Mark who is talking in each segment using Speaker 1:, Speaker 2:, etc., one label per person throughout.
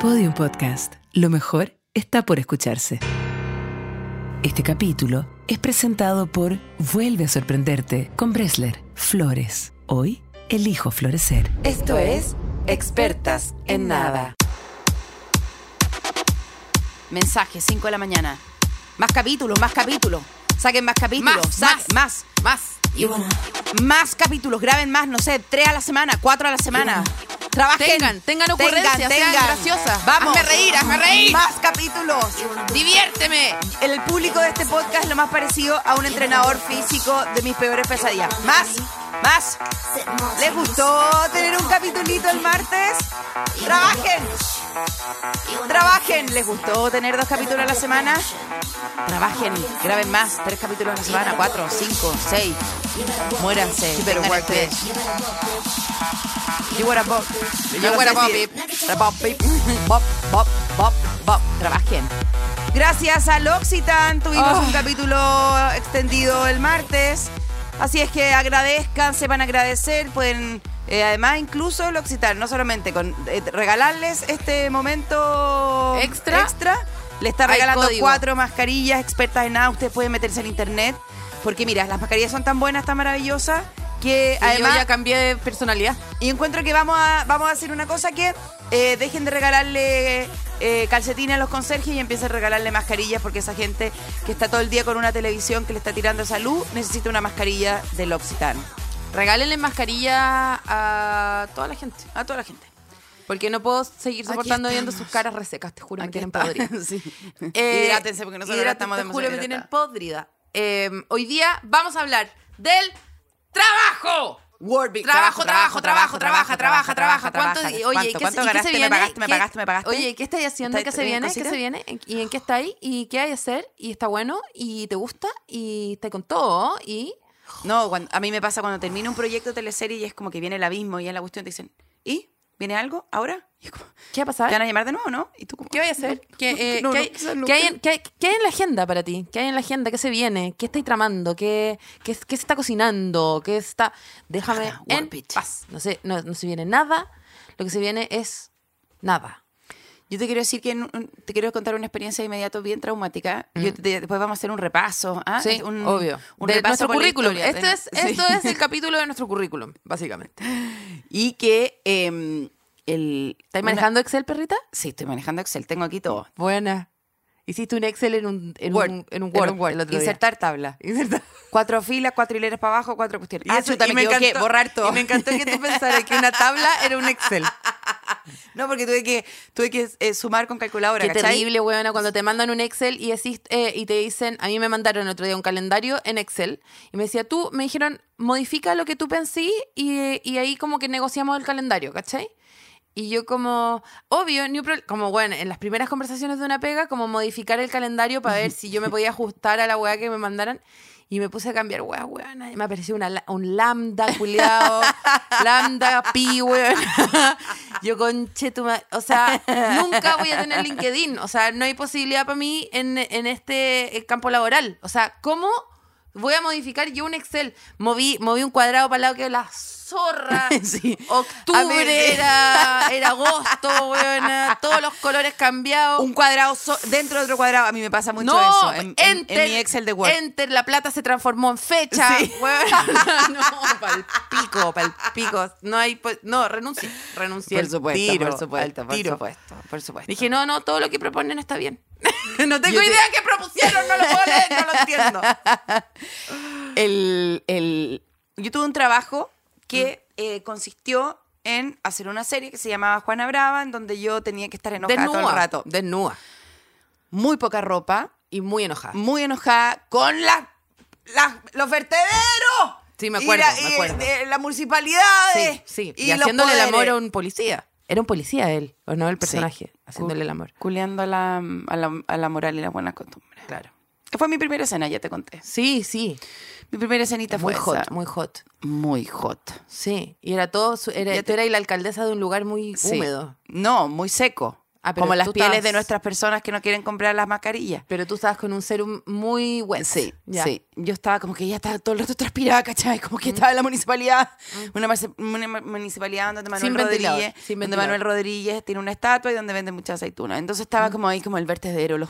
Speaker 1: Podium Podcast. Lo mejor está por escucharse. Este capítulo es presentado por Vuelve a sorprenderte con Bresler Flores. Hoy elijo florecer.
Speaker 2: Esto es Expertas en Nada.
Speaker 3: Mensaje, 5 de la mañana. Más capítulos, más capítulos. Saquen más capítulos.
Speaker 2: Más,
Speaker 3: saquen- más, más.
Speaker 2: Y bueno,
Speaker 3: Más capítulos, graben más, no sé, tres a la semana, cuatro a la semana. Trabajen.
Speaker 2: Tengan, tengan ocurrencias, sean graciosas.
Speaker 3: Vamos.
Speaker 2: Hazme reír, hazme reír.
Speaker 3: Más capítulos.
Speaker 2: diviérteme.
Speaker 3: El público de este podcast es lo más parecido a un entrenador físico de mis peores pesadillas. Más, más. ¿Les gustó tener un capitulito el martes? Trabajen. Trabajen. ¿Les gustó tener dos capítulos a la semana? Trabajen, graben más, tres capítulos a la semana, cuatro, cinco, seis. Muéranse.
Speaker 2: You better
Speaker 3: tengan este.
Speaker 2: work,
Speaker 3: estrés. You wanna bop.
Speaker 2: You
Speaker 3: Yo no
Speaker 2: wanna
Speaker 3: sé
Speaker 2: bop,
Speaker 3: si-
Speaker 2: babe.
Speaker 3: Bop, babe. Bop, bop, bop, bop. Trabajen. Gracias al Occitan tuvimos
Speaker 2: Oh.
Speaker 3: un capítulo extendido el martes. Así es que agradezcan, sepan agradecer, pueden eh, además incluso el Occitan, no solamente con eh, regalarles este momento
Speaker 2: ¿Extra?
Speaker 3: le está
Speaker 2: Hay
Speaker 3: regalando
Speaker 2: código.
Speaker 3: cuatro mascarillas expertas en nada. Ustedes pueden meterse en internet. Porque mira, las mascarillas son tan buenas, tan maravillosas, que
Speaker 2: Y
Speaker 3: además...
Speaker 2: yo ya cambié de personalidad.
Speaker 3: Y encuentro que vamos a, vamos a hacer una cosa que eh, dejen de regalarle eh, calcetines a los conserjes y empiecen a regalarle mascarillas porque esa gente que está todo el día con una televisión que le está tirando salud necesita una mascarilla del Occitano.
Speaker 2: Regálenle mascarilla a toda la gente, a toda la gente. Porque no puedo seguir
Speaker 3: Aquí
Speaker 2: soportando viendo
Speaker 3: estamos.
Speaker 2: sus caras resecas, te juro, me
Speaker 3: Aquí
Speaker 2: tienen
Speaker 3: está.
Speaker 2: podrida.
Speaker 3: Sí.
Speaker 2: Eh,
Speaker 3: Hidrátense porque nosotros ahora
Speaker 2: hidrátense,
Speaker 3: estamos
Speaker 2: te juro,
Speaker 3: demasiado
Speaker 2: me tienen
Speaker 3: hidratadas.
Speaker 2: podrida. Eh, hoy día vamos a hablar del trabajo.
Speaker 3: Warbeat.
Speaker 2: Trabajo, trabajo, trabajo, trabaja, trabaja, trabaja. ¿Cuánto,
Speaker 3: trabaja.
Speaker 2: oye,
Speaker 3: ¿Cuánto,
Speaker 2: ¿y qué,
Speaker 3: cuánto
Speaker 2: y qué se
Speaker 3: ganaste?
Speaker 2: viene?
Speaker 3: Me pagaste, me
Speaker 2: ¿Qué-
Speaker 3: pagaste, me pagaste.
Speaker 2: Oye, ¿qué estáis haciendo?
Speaker 3: ¿Estáis
Speaker 2: ¿Qué se
Speaker 3: bien,
Speaker 2: viene? ¿Qué
Speaker 3: cosita?
Speaker 2: se viene? ¿En- ¿Y en qué estáis? ¿Y qué hay que hacer? ¿Y está bueno? ¿Y te gusta? ¿Y está con todo? ¿Y
Speaker 3: No, cuando- a mí me pasa cuando termino un proyecto de teleserie y es como que viene el abismo y en la cuestión te dicen, ¿y? ¿Viene algo ahora? Y es como,
Speaker 2: qué va a
Speaker 3: ¿Te van
Speaker 2: pasar?
Speaker 3: a llamar de nuevo no? ¿Y tú como,
Speaker 2: ¿Qué voy a hacer? ¿Qué, eh,
Speaker 3: no, no,
Speaker 2: qué hay,
Speaker 3: quizás no.
Speaker 2: qué hay en, qué hay- qué hay en la agenda para ti? ¿Qué hay en la agenda? ¿Qué se viene? ¿Qué estáis tramando? ¿Qué, qué, qué se está cocinando? ¿Qué está...? Déjame
Speaker 3: Ojalá,
Speaker 2: en
Speaker 3: Warpich.
Speaker 2: paz. No, sé, no, no se viene nada. Lo que se viene es nada.
Speaker 3: Yo te quiero decir que en un- te quiero contar una experiencia de inmediato bien traumática. Yo te- después vamos a hacer un repaso. ¿ah?
Speaker 2: Mm. Sí,
Speaker 3: un,
Speaker 2: obvio.
Speaker 3: Un
Speaker 2: de
Speaker 3: repaso
Speaker 2: nuestro
Speaker 3: por la
Speaker 2: currículum.
Speaker 3: historia.
Speaker 2: Esto,
Speaker 3: De-
Speaker 2: es, esto
Speaker 3: sí.
Speaker 2: es el capítulo de nuestro currículum, básicamente.
Speaker 3: Y que eh, el...
Speaker 2: ¿Estás
Speaker 3: una-
Speaker 2: manejando Excel, perrita?
Speaker 3: Sí, estoy manejando Excel. Tengo aquí todo.
Speaker 2: Buena. Hiciste un Excel en un, en
Speaker 3: Word.
Speaker 2: un, en un Word, el otro día.
Speaker 3: Insertar tabla.
Speaker 2: Insertar.
Speaker 3: Cuatro filas, cuatro hileras para abajo, cuatro cuestiones.
Speaker 2: Y
Speaker 3: ah,
Speaker 2: eso-
Speaker 3: chuta,
Speaker 2: y
Speaker 3: me equivoqué. borrar todo.
Speaker 2: Y me encantó que tú pensaras que una tabla era un Excel.
Speaker 3: No, porque tuve que, tuve que eh, sumar con calculadora,
Speaker 2: Qué
Speaker 3: ¿cachai?
Speaker 2: terrible, weona, cuando te mandan un Excel y, decís, eh, y te dicen, a mí me mandaron otro día un calendario en Excel y me decía, tú, me dijeron, modifica lo que tú pensé y, eh, y ahí como que negociamos el calendario, ¿cachai? Y yo como, obvio, ni un prob- como bueno, en las primeras conversaciones de una pega, como modificar el calendario para ver si yo me podía ajustar a la weá que me mandaran. Y me puse a cambiar, weá, weá, y me apareció una, la- un lambda, culiao, lambda, pi, weón. Yo conche tu ma- O sea, nunca voy a tener LinkedIn. O sea, no hay posibilidad para mí en, en este eh, campo laboral. O sea, ¿cómo voy a modificar yo un Excel? Moví, moví un cuadrado para el lado que la zorra.
Speaker 3: Sí.
Speaker 2: Octubre
Speaker 3: A ver,
Speaker 2: era, era agosto, weona, todos los colores cambiados.
Speaker 3: Un cuadrado so- dentro de otro cuadrado. A mí me pasa mucho
Speaker 2: no,
Speaker 3: eso. En, en- en
Speaker 2: enter,
Speaker 3: mi Excel de Word.
Speaker 2: Enter, la plata se transformó en fecha.
Speaker 3: Sí.
Speaker 2: weona. no, pal pico, pal pico. No hay, po- no, renuncié, renuncié.
Speaker 3: Por
Speaker 2: al
Speaker 3: supuesto,
Speaker 2: tiro,
Speaker 3: por supuesto,
Speaker 2: al
Speaker 3: por
Speaker 2: tiro.
Speaker 3: supuesto, por supuesto.
Speaker 2: Dije, no, no, todo lo que proponen está bien. no tengo
Speaker 3: Yo te-
Speaker 2: idea qué propusieron, no lo puedo leer, no lo entiendo.
Speaker 3: el, el- yo tuve un trabajo que eh, consistió en hacer una serie que se llamaba Juana Brava, en donde yo tenía que estar enojada todo el rato.
Speaker 2: desnuda.
Speaker 3: Muy poca ropa,
Speaker 2: Y muy enojada.
Speaker 3: muy enojada con las las- los vertederos.
Speaker 2: Sí, me
Speaker 3: Y
Speaker 2: acuerdo,
Speaker 3: la-
Speaker 2: me
Speaker 3: y,
Speaker 2: acuerdo.
Speaker 3: eh, las municipalidades.
Speaker 2: Sí, sí. Y,
Speaker 3: los
Speaker 2: haciéndole el amor
Speaker 3: poderes.
Speaker 2: a un policía. Era un policía él, o no el personaje,
Speaker 3: Sí.
Speaker 2: haciéndole el amor.
Speaker 3: Culeando a la, a la- a la moral y las buenas costumbres.
Speaker 2: Claro.
Speaker 3: Que Fue mi primera escena, ya te conté.
Speaker 2: Sí, sí.
Speaker 3: Mi primera escenita
Speaker 2: Muy
Speaker 3: fue
Speaker 2: hot,
Speaker 3: esa.
Speaker 2: muy hot.
Speaker 3: muy hot.
Speaker 2: Sí. Y era todo, su- era,
Speaker 3: Ya
Speaker 2: tú eras la alcaldesa de un lugar muy
Speaker 3: Sí.
Speaker 2: húmedo.
Speaker 3: No, muy seco.
Speaker 2: Ah, pero
Speaker 3: como las
Speaker 2: tú
Speaker 3: pieles
Speaker 2: estabas-
Speaker 3: de nuestras personas que no quieren comprar las mascarillas.
Speaker 2: Pero tú estabas con un serum muy bueno.
Speaker 3: Sí,
Speaker 2: Eh, Ya.
Speaker 3: sí. Yo estaba como que ya estaba todo el rato transpirada, ¿cachai? Como que estaba en la municipalidad. Una, marce- una ma- municipalidad donde Manuel
Speaker 2: Sin ventilador,
Speaker 3: Rodríguez.
Speaker 2: sin
Speaker 3: donde
Speaker 2: ventilador.
Speaker 3: Manuel Rodríguez tiene una estatua y donde venden muchas aceitunas. Entonces estaba como ahí como el vertedero. Los,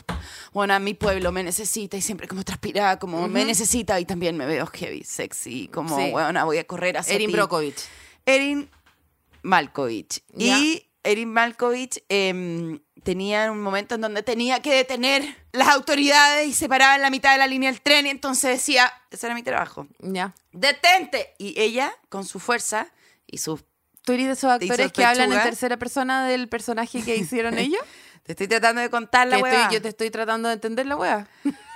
Speaker 3: bueno, a mi pueblo me necesita y siempre como transpirada, como me necesita y también me veo heavy, sexy, como,
Speaker 2: Sí.
Speaker 3: bueno, voy a correr hacia
Speaker 2: Erin
Speaker 3: ti.
Speaker 2: Brokovich.
Speaker 3: Erin Malkovich. Y Erin Malkovich em, tenía un momento en donde tenía que detener las autoridades y se paraba en la mitad de la línea del tren y entonces decía, ese era mi trabajo,
Speaker 2: Ya.
Speaker 3: detente. Y ella, con su fuerza y sus...
Speaker 2: ¿Tú eres de esos
Speaker 3: Te hizo
Speaker 2: actores que hablan en
Speaker 3: pechuga.
Speaker 2: tercera persona del personaje que hicieron ellos?
Speaker 3: Te estoy tratando de contar la
Speaker 2: Que estoy-
Speaker 3: hueá.
Speaker 2: yo te estoy tratando de entender la wea.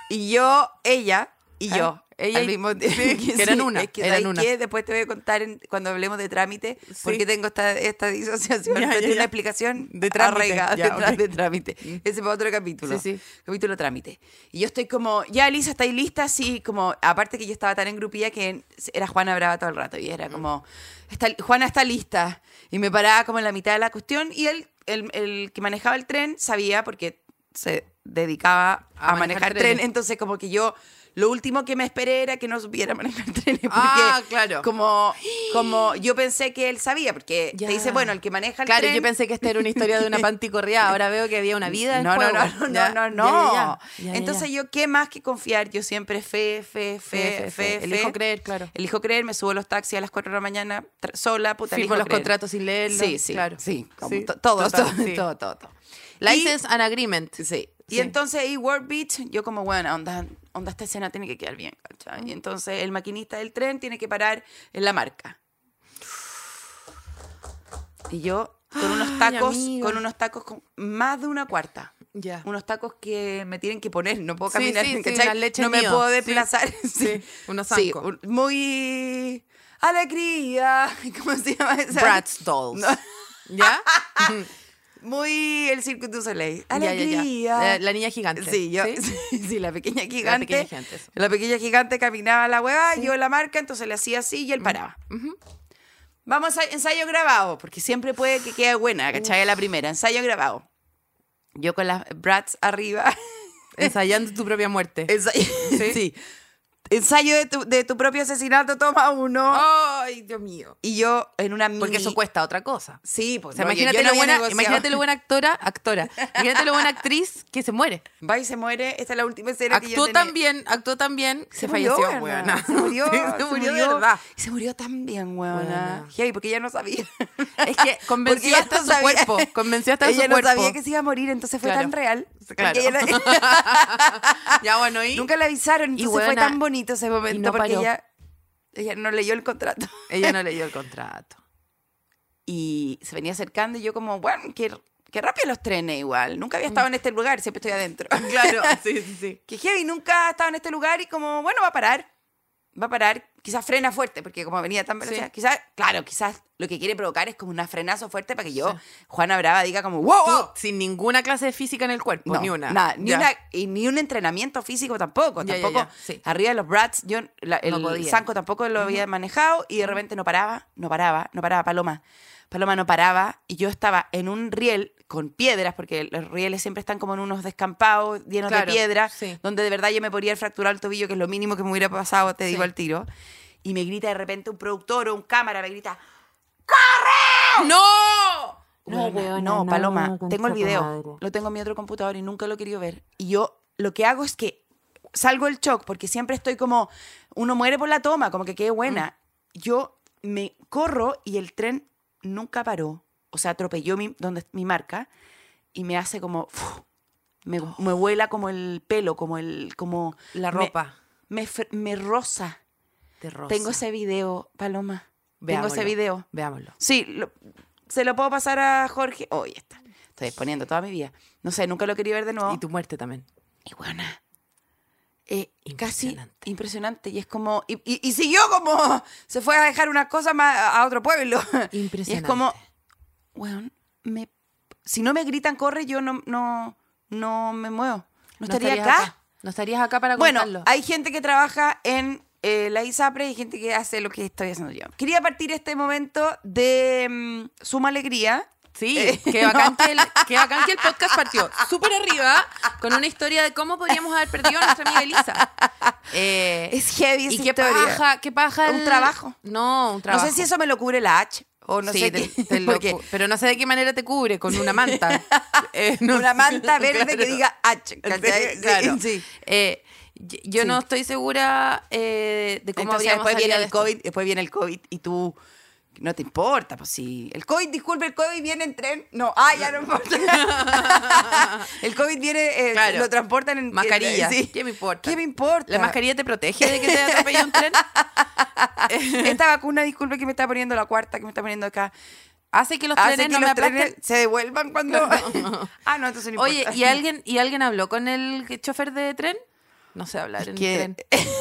Speaker 3: Y yo, ella y
Speaker 2: Ah,
Speaker 3: yo.
Speaker 2: ella
Speaker 3: al
Speaker 2: y-
Speaker 3: mismo
Speaker 2: sí,
Speaker 3: tiempo.
Speaker 2: que eran una,
Speaker 3: Es que,
Speaker 2: eran
Speaker 3: ¿sabes
Speaker 2: una.
Speaker 3: qué? Después te voy a contar en- cuando hablemos de trámite,
Speaker 2: Sí.
Speaker 3: porque tengo esta, esta disociación.
Speaker 2: Ya,
Speaker 3: pero
Speaker 2: ya,
Speaker 3: tiene
Speaker 2: ya.
Speaker 3: una explicación
Speaker 2: De trámite,
Speaker 3: arraigada
Speaker 2: ya,
Speaker 3: detrás
Speaker 2: ok. Mm.
Speaker 3: de trámite. Ese para otro capítulo.
Speaker 2: Sí, sí.
Speaker 3: Capítulo trámite. Y yo estoy como, ya Elisa, ¿estáis lista? Así como, aparte que yo estaba tan engrupida que era Juana Brava todo el rato. Y
Speaker 2: Mm.
Speaker 3: era como, "Está- Juana está lista. Y me paraba como en la mitad de la cuestión. Y él, el, el que manejaba el tren, sabía porque se dedicaba a,
Speaker 2: A manejar
Speaker 3: manejar, tren.
Speaker 2: trenes.
Speaker 3: Entonces, como que yo, lo último que me esperé era que no supiera manejar trenes. Porque
Speaker 2: Ah, claro.
Speaker 3: Como, como yo pensé que él sabía, porque
Speaker 2: Ya.
Speaker 3: te dice, bueno, el que maneja el
Speaker 2: Claro,
Speaker 3: tren.
Speaker 2: yo pensé que esta era una historia de una panticorría. Ahora veo que había una vida. en
Speaker 3: No, no,
Speaker 2: juego.
Speaker 3: no, no,
Speaker 2: Ya,
Speaker 3: no, no,
Speaker 2: ya,
Speaker 3: no.
Speaker 2: ya, ya, ya, ya.
Speaker 3: Entonces yo, ¿qué más que confiar? Yo siempre fe, fe, fe, fe, fe.
Speaker 2: Elijo creer, claro.
Speaker 3: Elijo creer, me subo a los taxis a las 4 de la mañana tra- sola, puta, elijo
Speaker 2: Firmo los
Speaker 3: creer.
Speaker 2: contratos sin leerlos.
Speaker 3: Sí, sí,
Speaker 2: claro.
Speaker 3: sí, como
Speaker 2: Sí,
Speaker 3: to- todo,
Speaker 2: total,
Speaker 3: todo,
Speaker 2: sí.
Speaker 3: todo, todo, todo.
Speaker 2: License and agreement.
Speaker 3: Sí. Y
Speaker 2: Sí.
Speaker 3: entonces ahí World Beach, yo como, bueno, onda, onda esta escena tiene que quedar bien, ¿cachai? Y entonces el maquinista del tren tiene que parar en la marca. Y yo con unos tacos,
Speaker 2: amiga.
Speaker 3: con unos tacos con más de una cuarta.
Speaker 2: Ya.
Speaker 3: Unos tacos que me tienen que poner, no puedo
Speaker 2: Ah. Sí,
Speaker 3: caminar,
Speaker 2: sí, sí,
Speaker 3: ¿cachai?
Speaker 2: una leche
Speaker 3: no me
Speaker 2: mío.
Speaker 3: puedo
Speaker 2: Sí.
Speaker 3: desplazar. Sí,
Speaker 2: Sí, unos
Speaker 3: Sí,
Speaker 2: zancos.
Speaker 3: un- muy alegría, ¿cómo se llama esa?
Speaker 2: Bratz dolls.
Speaker 3: No.
Speaker 2: ¿Ya?
Speaker 3: Muy el Cirque du Soleil.
Speaker 2: Ya, ya,
Speaker 3: Alegría.
Speaker 2: ya. La, la niña gigante.
Speaker 3: Sí, yo, ¿Sí? sí, la pequeña gigante.
Speaker 2: pequeña gigante, eso.
Speaker 3: la pequeña gigante caminaba la hueva, yo la marca, entonces le hacía así
Speaker 2: Mm,
Speaker 3: y él paraba. Vamos a ensayo grabado, porque siempre puede que quede buena, ¿cachai? La primera, ensayo grabado. Yo con las brats arriba.
Speaker 2: Ensayando tu propia muerte.
Speaker 3: Ensayo, ¿Sí? Ensayo de tu, de tu propio asesinato, toma uno.
Speaker 2: Ay, Dios mío.
Speaker 3: Y yo en una mini...
Speaker 2: Porque eso cuesta otra cosa.
Speaker 3: Sí, pues
Speaker 2: O sea,
Speaker 3: no, yo-
Speaker 2: imagínate,
Speaker 3: yo no
Speaker 2: lo
Speaker 3: había
Speaker 2: buena,
Speaker 3: negociado.
Speaker 2: imagínate lo buena actora, actora. Imagínate lo buena actriz que se muere.
Speaker 3: Va y se muere, esta es la última escena que yo
Speaker 2: Actuó
Speaker 3: tenía.
Speaker 2: tan bien, actuó tan bien, se,
Speaker 3: murió, weona.
Speaker 2: falleció, weona.
Speaker 3: Se murió,
Speaker 2: Sí,
Speaker 3: se murió,
Speaker 2: de verdad.
Speaker 3: Y se murió tan bien, weona.
Speaker 2: Weona.
Speaker 3: Heavy, porque ella no sabía.
Speaker 2: Es que
Speaker 3: Porque
Speaker 2: convenció
Speaker 3: ella
Speaker 2: hasta
Speaker 3: no
Speaker 2: su
Speaker 3: sabía.
Speaker 2: cuerpo. Convenció hasta
Speaker 3: ella
Speaker 2: su
Speaker 3: no
Speaker 2: cuerpo.
Speaker 3: sabía que se iba a morir, entonces fue
Speaker 2: Claro.
Speaker 3: tan real. Porque
Speaker 2: Claro.
Speaker 3: ella no-
Speaker 2: Ya, bueno, y
Speaker 3: nunca le avisaron, entonces fue
Speaker 2: weona,
Speaker 3: tan bonito ese momento
Speaker 2: y no
Speaker 3: porque
Speaker 2: paró.
Speaker 3: ella, ella no leyó el contrato.
Speaker 2: ella no leyó el contrato.
Speaker 3: Y se venía acercando y yo como, bueno, qué, qué rápido los trenes igual. Nunca había estado en este lugar, siempre estoy adentro.
Speaker 2: Mm. Claro,
Speaker 3: Ah,
Speaker 2: sí, sí, sí.
Speaker 3: que Heavy nunca ha estado en este lugar y como, bueno, va a parar. Va a parar, quizás frena fuerte, porque como venía tan velocidad,
Speaker 2: Sí.
Speaker 3: quizás, claro, quizás lo que quiere provocar es como un frenazo fuerte para que yo,
Speaker 2: Sí.
Speaker 3: Juana Brava, diga como, wow,
Speaker 2: Tú,
Speaker 3: wow".
Speaker 2: sin ninguna clase de física en el cuerpo,
Speaker 3: Oh. No,
Speaker 2: ni una.
Speaker 3: nada, ni,
Speaker 2: Ya.
Speaker 3: una- y ni un entrenamiento físico tampoco.
Speaker 2: Ya, ya,
Speaker 3: tampoco.
Speaker 2: ya, sí.
Speaker 3: Arriba de los brats, yo la- el
Speaker 2: No podía.
Speaker 3: Sanco tampoco lo había manejado y de repente no paraba, no paraba, no paraba Paloma. Paloma no paraba y yo estaba en un riel con piedras, porque los rieles siempre están como en unos descampados llenos
Speaker 2: Claro,
Speaker 3: de piedras,
Speaker 2: sí.
Speaker 3: donde de verdad yo me podría fracturar el tobillo, que es lo mínimo que me hubiera pasado, te digo al tiro. Y me grita de repente un productor o un cámara, me grita,
Speaker 2: ¡Ah! ¡No!
Speaker 3: No,
Speaker 4: Weona,
Speaker 3: no,
Speaker 4: no,
Speaker 3: Paloma,
Speaker 4: concha
Speaker 3: tengo el
Speaker 4: tu
Speaker 3: video.
Speaker 4: madre.
Speaker 3: Lo tengo en mi otro computador y nunca lo he querido ver. Y yo lo que hago es que salgo del shock porque siempre estoy como, uno muere por la toma, como que quede buena.
Speaker 4: Mm.
Speaker 3: Yo me corro y el tren nunca paró. O sea, atropelló mi, donde, mi marca y me hace como, ¡fuf! me, me vuela como el pelo, como el, como...
Speaker 2: La
Speaker 3: me-
Speaker 2: ropa
Speaker 3: Me, fr- me rosa.
Speaker 2: de rosa.
Speaker 3: Tengo ese video, Paloma.
Speaker 2: Veámoslo,
Speaker 3: Tengo ese video.
Speaker 2: Veámoslo.
Speaker 3: Sí, lo- se lo puedo pasar a Jorge. Hoy está. Estoy exponiendo toda mi vida. No sé, nunca lo quería ver de nuevo.
Speaker 2: Y tu muerte también.
Speaker 3: Y bueno, eh, casi
Speaker 2: Impresionante.
Speaker 3: impresionante. Y es como. Y, y- y siguió como. Se fue a dejar unas cosas más a a otro pueblo. Y es
Speaker 2: Impresionante.
Speaker 3: como. Weón, me, si no me gritan, corre, yo no, no, no me muevo. No, estaría
Speaker 2: estarías
Speaker 3: acá.
Speaker 2: No estarías acá para
Speaker 3: Bueno,
Speaker 2: contarlo.
Speaker 3: hay gente que trabaja en eh, la ISAPRE y gente que hace lo que estoy haciendo yo. Quería partir este momento de mm, suma alegría
Speaker 2: Sí,
Speaker 3: Eh,
Speaker 2: qué, bacán que el, qué bacán que el podcast partió súper arriba con una historia de cómo podríamos haber perdido a nuestra amiga Elisa. Eh,
Speaker 3: Es heavy esa
Speaker 2: y qué
Speaker 3: historia.
Speaker 2: paja, qué paja.
Speaker 3: Un trabajo.
Speaker 2: No, un trabajo.
Speaker 3: No sé si eso me lo cubre la H o no
Speaker 2: Sí,
Speaker 3: sé
Speaker 2: te-
Speaker 3: qué,
Speaker 2: te lo
Speaker 3: porque
Speaker 2: cu- pero no sé de qué manera te cubre, con una manta. Eh, no
Speaker 3: una
Speaker 2: sé,
Speaker 3: manta verde
Speaker 2: claro.
Speaker 3: que diga H, ¿cachai? Sí,
Speaker 2: Claro.
Speaker 3: sí.
Speaker 2: Eh, y- yo
Speaker 3: Sí.
Speaker 2: no estoy segura eh, de cómo
Speaker 3: Entonces
Speaker 2: habríamos
Speaker 3: después viene
Speaker 2: salido de
Speaker 3: el
Speaker 2: esto.
Speaker 3: COVID, después viene el COVID y tú no te importa, pues sí. El COVID, disculpe, el COVID viene en tren. No, ah, ya no importa. el COVID viene, eh,
Speaker 2: Claro.
Speaker 3: lo transportan en
Speaker 2: Mascarilla.
Speaker 3: en- sí.
Speaker 2: ¿Qué me importa?
Speaker 3: ¿Qué me importa?
Speaker 2: ¿La mascarilla te protege de que te atropelle un tren?
Speaker 3: Esta vacuna, disculpe que me está poniendo la cuarta que me está poniendo acá.
Speaker 2: Hace que los
Speaker 3: Hace
Speaker 2: trenes
Speaker 3: que
Speaker 2: no me
Speaker 3: los
Speaker 2: aplasten.
Speaker 3: trenes se devuelvan cuando. ah, no, entonces no
Speaker 2: Oye,
Speaker 3: importa.
Speaker 2: ¿y alguien, ¿y alguien habló con el chofer de tren? No sé hablar en
Speaker 3: que-
Speaker 2: tren.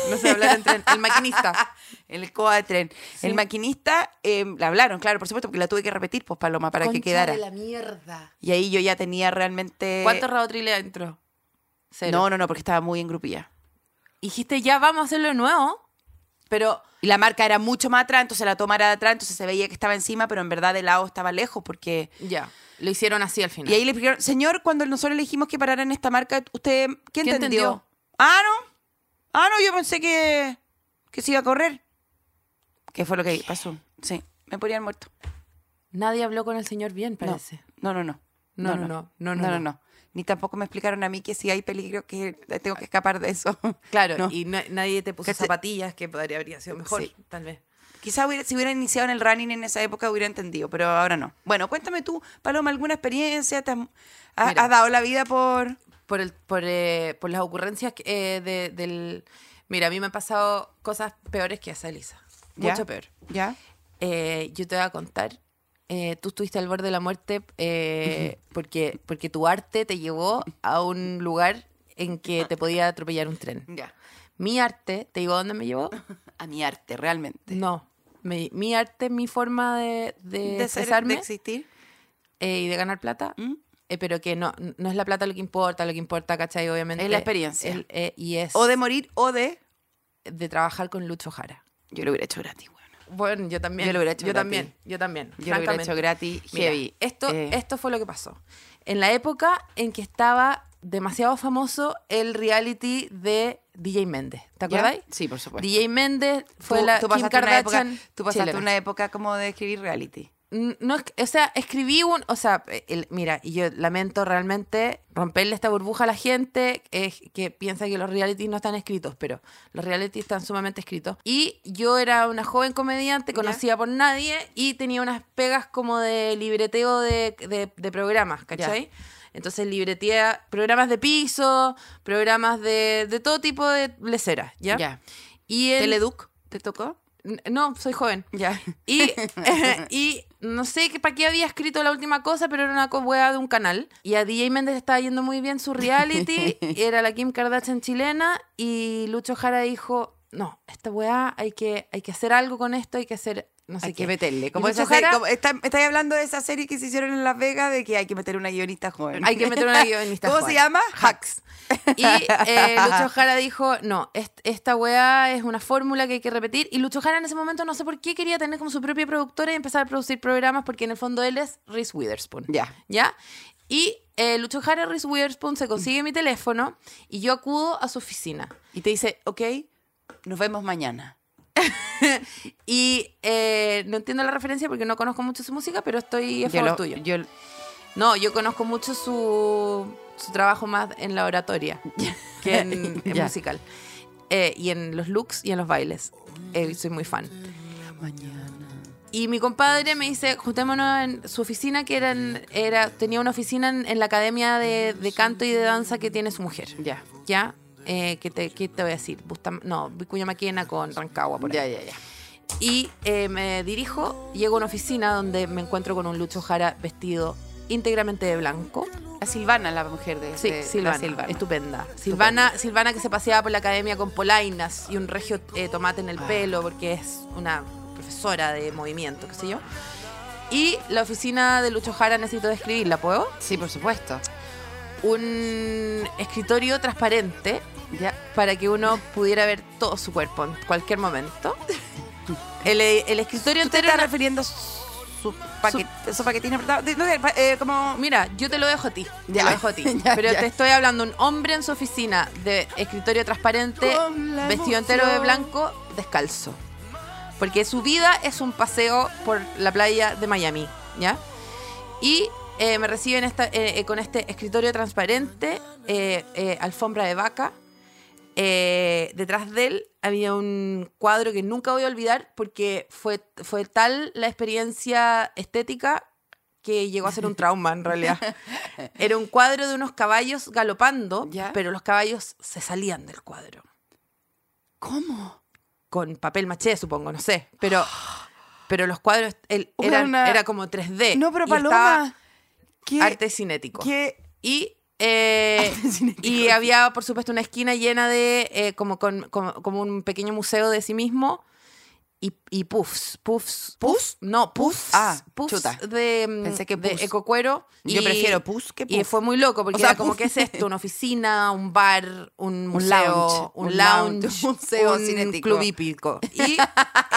Speaker 2: No sé hablar en tren. El maquinista.
Speaker 3: El coa de tren.
Speaker 2: Sí.
Speaker 3: El maquinista, eh, la hablaron, claro, por supuesto, porque la tuve que repetir, pues, Paloma, para que
Speaker 2: Concha
Speaker 3: quedara.
Speaker 2: de la mierda.
Speaker 3: Y ahí yo ya tenía realmente.
Speaker 2: ¿Cuánto raotriles adentro? Cero.
Speaker 3: Eh, No, no, no, porque estaba muy engrupida.
Speaker 2: Dijiste, ya vamos a hacerlo de nuevo, pero
Speaker 3: Y la marca era mucho más atrás, entonces la toma era de atrás, entonces se veía que estaba encima, pero en verdad de lado estaba lejos, porque.
Speaker 2: ya, lo hicieron así al final.
Speaker 3: Y ahí le explicaron, señor, cuando nosotros le dijimos que parara en esta marca, ¿usted qué entendió?
Speaker 2: ¿Qué entendió?
Speaker 3: Ah, no. Ah, no, yo pensé que, que se iba a correr. Que fue lo que pasó. Sí, me ponían muerto.
Speaker 2: Nadie habló con el señor bien,
Speaker 3: No,
Speaker 2: parece.
Speaker 3: no, no, no.
Speaker 2: No, no, no, no, no, no.
Speaker 3: Ni tampoco me explicaron a mí que si hay peligro que tengo que escapar de eso.
Speaker 2: Claro,
Speaker 3: No.
Speaker 2: y na- nadie te puso
Speaker 3: Cacha-
Speaker 2: zapatillas, que podría, habría sido mejor,
Speaker 3: Sí.
Speaker 2: tal vez.
Speaker 3: Quizá hubiera- si hubiera iniciado en el running en esa época hubiera entendido, pero ahora no. Bueno, cuéntame tú, Paloma, ¿alguna experiencia? ¿Te has, ha-
Speaker 2: Mira.
Speaker 3: has dado la vida por...?
Speaker 2: por, el, por, eh, por las ocurrencias que- eh, de- del... Mira, a mí me han pasado cosas peores que esa, Elisa.
Speaker 3: ¿Ya?
Speaker 2: Mucho peor.
Speaker 3: ¿Ya?
Speaker 2: Eh, yo te voy a contar. eh, tú estuviste al borde de la muerte eh, porque, porque tu arte te llevó a un lugar en que te podía atropellar un tren.
Speaker 3: Ya.
Speaker 2: Mi arte, ¿te digo a dónde me llevó?
Speaker 3: A mi arte, realmente.
Speaker 2: No. Mi, mi arte, mi forma de, de
Speaker 3: ¿De ser,
Speaker 2: expresarme
Speaker 3: de existir?
Speaker 2: eh, y de ganar plata,
Speaker 3: ¿Mm?
Speaker 2: eh, pero que no, no es la plata lo que importa, lo que importa, ¿cachai? Obviamente.
Speaker 3: Es la experiencia.
Speaker 2: el- eh, y es
Speaker 3: O de morir o de...
Speaker 2: de trabajar con Lucho Jara.
Speaker 3: Yo lo hubiera hecho gratis, bueno.
Speaker 2: Bueno, yo también.
Speaker 3: Yo lo hubiera hecho
Speaker 2: Yo
Speaker 3: gratis.
Speaker 2: también, yo también.
Speaker 3: Yo lo hubiera
Speaker 2: francamente.
Speaker 3: hecho gratis,
Speaker 2: Mira,
Speaker 3: heavy.
Speaker 2: esto,
Speaker 3: Eh,
Speaker 2: esto fue lo que pasó. En la época en que estaba demasiado famoso el reality de DJ Méndez. ¿Te
Speaker 3: ¿ya?
Speaker 2: acordáis?
Speaker 3: Sí, por supuesto.
Speaker 2: DJ Méndez fue
Speaker 3: Tú-
Speaker 2: la
Speaker 3: tú
Speaker 2: Kim
Speaker 3: pasaste una época-
Speaker 2: Kardashian.
Speaker 3: tú pasaste
Speaker 2: chilena.
Speaker 3: una época como de escribir reality.
Speaker 2: N- No, es que- o sea, escribí un, o sea, eh, el- mira, y yo lamento realmente romperle esta burbuja a la gente eh, que piensa que los realities no están escritos, pero los realities están sumamente escritos. Y yo era una joven comediante,
Speaker 3: Ya.
Speaker 2: conocida por nadie, y tenía unas pegas como de libreteo de, de- de programas, ¿cachai? Entonces libreteé programas de piso, programas de, de todo tipo de leceras, ¿ya? Y el,
Speaker 3: ¿Teleduc te tocó?
Speaker 2: N- No, soy joven.
Speaker 3: Ya.
Speaker 2: Y, y no sé que, para qué había escrito la última cosa, pero era una co- hueá de un canal. Y a DJ Méndez le estaba yendo muy bien su reality. era la Kim Kardashian chilena. Y Lucho Jara dijo: No, esta weá hay que, hay que hacer algo con esto, hay que hacer no sé
Speaker 3: hay
Speaker 2: qué.
Speaker 3: que meterle. Como
Speaker 2: Y
Speaker 3: esa
Speaker 2: Lucho
Speaker 3: serie-
Speaker 2: Jara-
Speaker 3: como- está- estáis hablando de esa serie que se hicieron en Las Vegas de que hay que meter una guionista joven.
Speaker 2: Hay que meter una guionista.
Speaker 3: ¿Cómo
Speaker 2: joven.
Speaker 3: se llama?
Speaker 2: Hacks. Y eh, Lucho Jara dijo, no, est- esta weá es una fórmula que hay que repetir. Y Lucho Jara en ese momento no sé por qué quería tener como su propia productora y empezar a producir programas porque en el fondo él es Reese Witherspoon.
Speaker 3: Ya.
Speaker 2: ¿Ya? Y eh, Lucho Jara Reese Witherspoon se consigue mi teléfono y yo acudo a su oficina.
Speaker 3: Y te dice, ok, nos vemos mañana.
Speaker 2: Y eh, no entiendo la referencia porque no conozco mucho su música, pero estoy a
Speaker 3: Yo
Speaker 2: favor
Speaker 3: lo-
Speaker 2: tuyo.
Speaker 3: yo-
Speaker 2: No, yo conozco mucho su, su trabajo más en la oratoria que en, en
Speaker 3: Ya.
Speaker 2: musical. Eh, y en los looks y en los bailes. Eh, soy muy fan. Y mi compadre me dice, juntémonos en su oficina, que era, en- era tenía una oficina en, en la academia de, de canto y de danza que tiene su mujer.
Speaker 3: Ya.
Speaker 2: ¿Ya? Eh, ¿qué, te, qué te voy a decir? Bustam- no, Vicuña Maquena con Rancagua, por ahí.
Speaker 3: Ya, ya, ya.
Speaker 2: Y eh, me dirijo, llego a una oficina donde me encuentro con un Lucho Jara vestido íntegramente de blanco.
Speaker 3: A Silvana, la mujer de,
Speaker 2: Sí,
Speaker 3: de- de
Speaker 2: Silvana,
Speaker 3: Silvana.
Speaker 2: Estupenda. Silvana, Silvana que se paseaba por la academia con polainas y un regio eh, tomate en el
Speaker 3: Ah.
Speaker 2: pelo porque es una profesora de movimiento, qué sé yo. Y la oficina de Lucho Jara necesito describirla, ¿puedo?
Speaker 3: Sí, por supuesto.
Speaker 2: Un escritorio transparente
Speaker 3: Ya.
Speaker 2: para que uno pudiera ver todo su cuerpo en cualquier momento. El, el escritorio
Speaker 3: ¿Tú te
Speaker 2: entero
Speaker 3: estás
Speaker 2: era-
Speaker 3: refiriendo s- sus paquet- esos paquetines apretados. De- no sé, pa- eh, como...
Speaker 2: Mira, yo te lo dejo a ti. te
Speaker 3: Ya.
Speaker 2: lo dejo a ti.
Speaker 3: Ya,
Speaker 2: pero
Speaker 3: ya.
Speaker 2: te estoy hablando un hombre en su oficina de escritorio transparente,
Speaker 3: Con la
Speaker 2: vestido entero de
Speaker 3: emoción.
Speaker 2: blanco, descalzo. Porque su vida es un paseo por la playa de Miami, ¿ya? Y eh, me reciben esta, eh, eh, con este escritorio transparente, eh, eh, alfombra de vaca. Eh, detrás de él había un cuadro que nunca voy a olvidar porque fue, fue tal la experiencia estética que llegó a ser un trauma en realidad. Era un cuadro de unos caballos galopando,
Speaker 3: ¿Ya?
Speaker 2: pero los caballos se salían del cuadro.
Speaker 3: ¿Cómo?
Speaker 2: Con papel maché, supongo, no sé. Pero, pero los cuadros el-
Speaker 3: Una-
Speaker 2: eran, era como 3D.
Speaker 3: No, pero
Speaker 2: y estaba
Speaker 3: Paloma... ¿Qué?
Speaker 2: Arte cinético.
Speaker 3: qué-
Speaker 2: Y, eh, y había, por supuesto, una esquina llena de, eh, como, con, como, como un pequeño museo de sí mismo. Y, y puffs, puffs,
Speaker 3: ¿Puffs?
Speaker 2: no, puffs,
Speaker 3: Ah,
Speaker 2: puffs
Speaker 3: chuta.
Speaker 2: de, mm,
Speaker 3: Pensé que
Speaker 2: de
Speaker 3: puffs.
Speaker 2: ecocuero.
Speaker 3: Yo
Speaker 2: y-
Speaker 3: prefiero pus que pus.
Speaker 2: Y fue muy loco porque
Speaker 3: O sea,
Speaker 2: era como,
Speaker 3: puff.
Speaker 2: ¿qué es esto? ¿Una oficina? ¿Un bar? ¿Un museo?
Speaker 3: lounge,
Speaker 2: Un,
Speaker 3: un
Speaker 2: lounge.
Speaker 3: lounge, un museo
Speaker 2: un
Speaker 3: cinético.
Speaker 2: club hípico. Y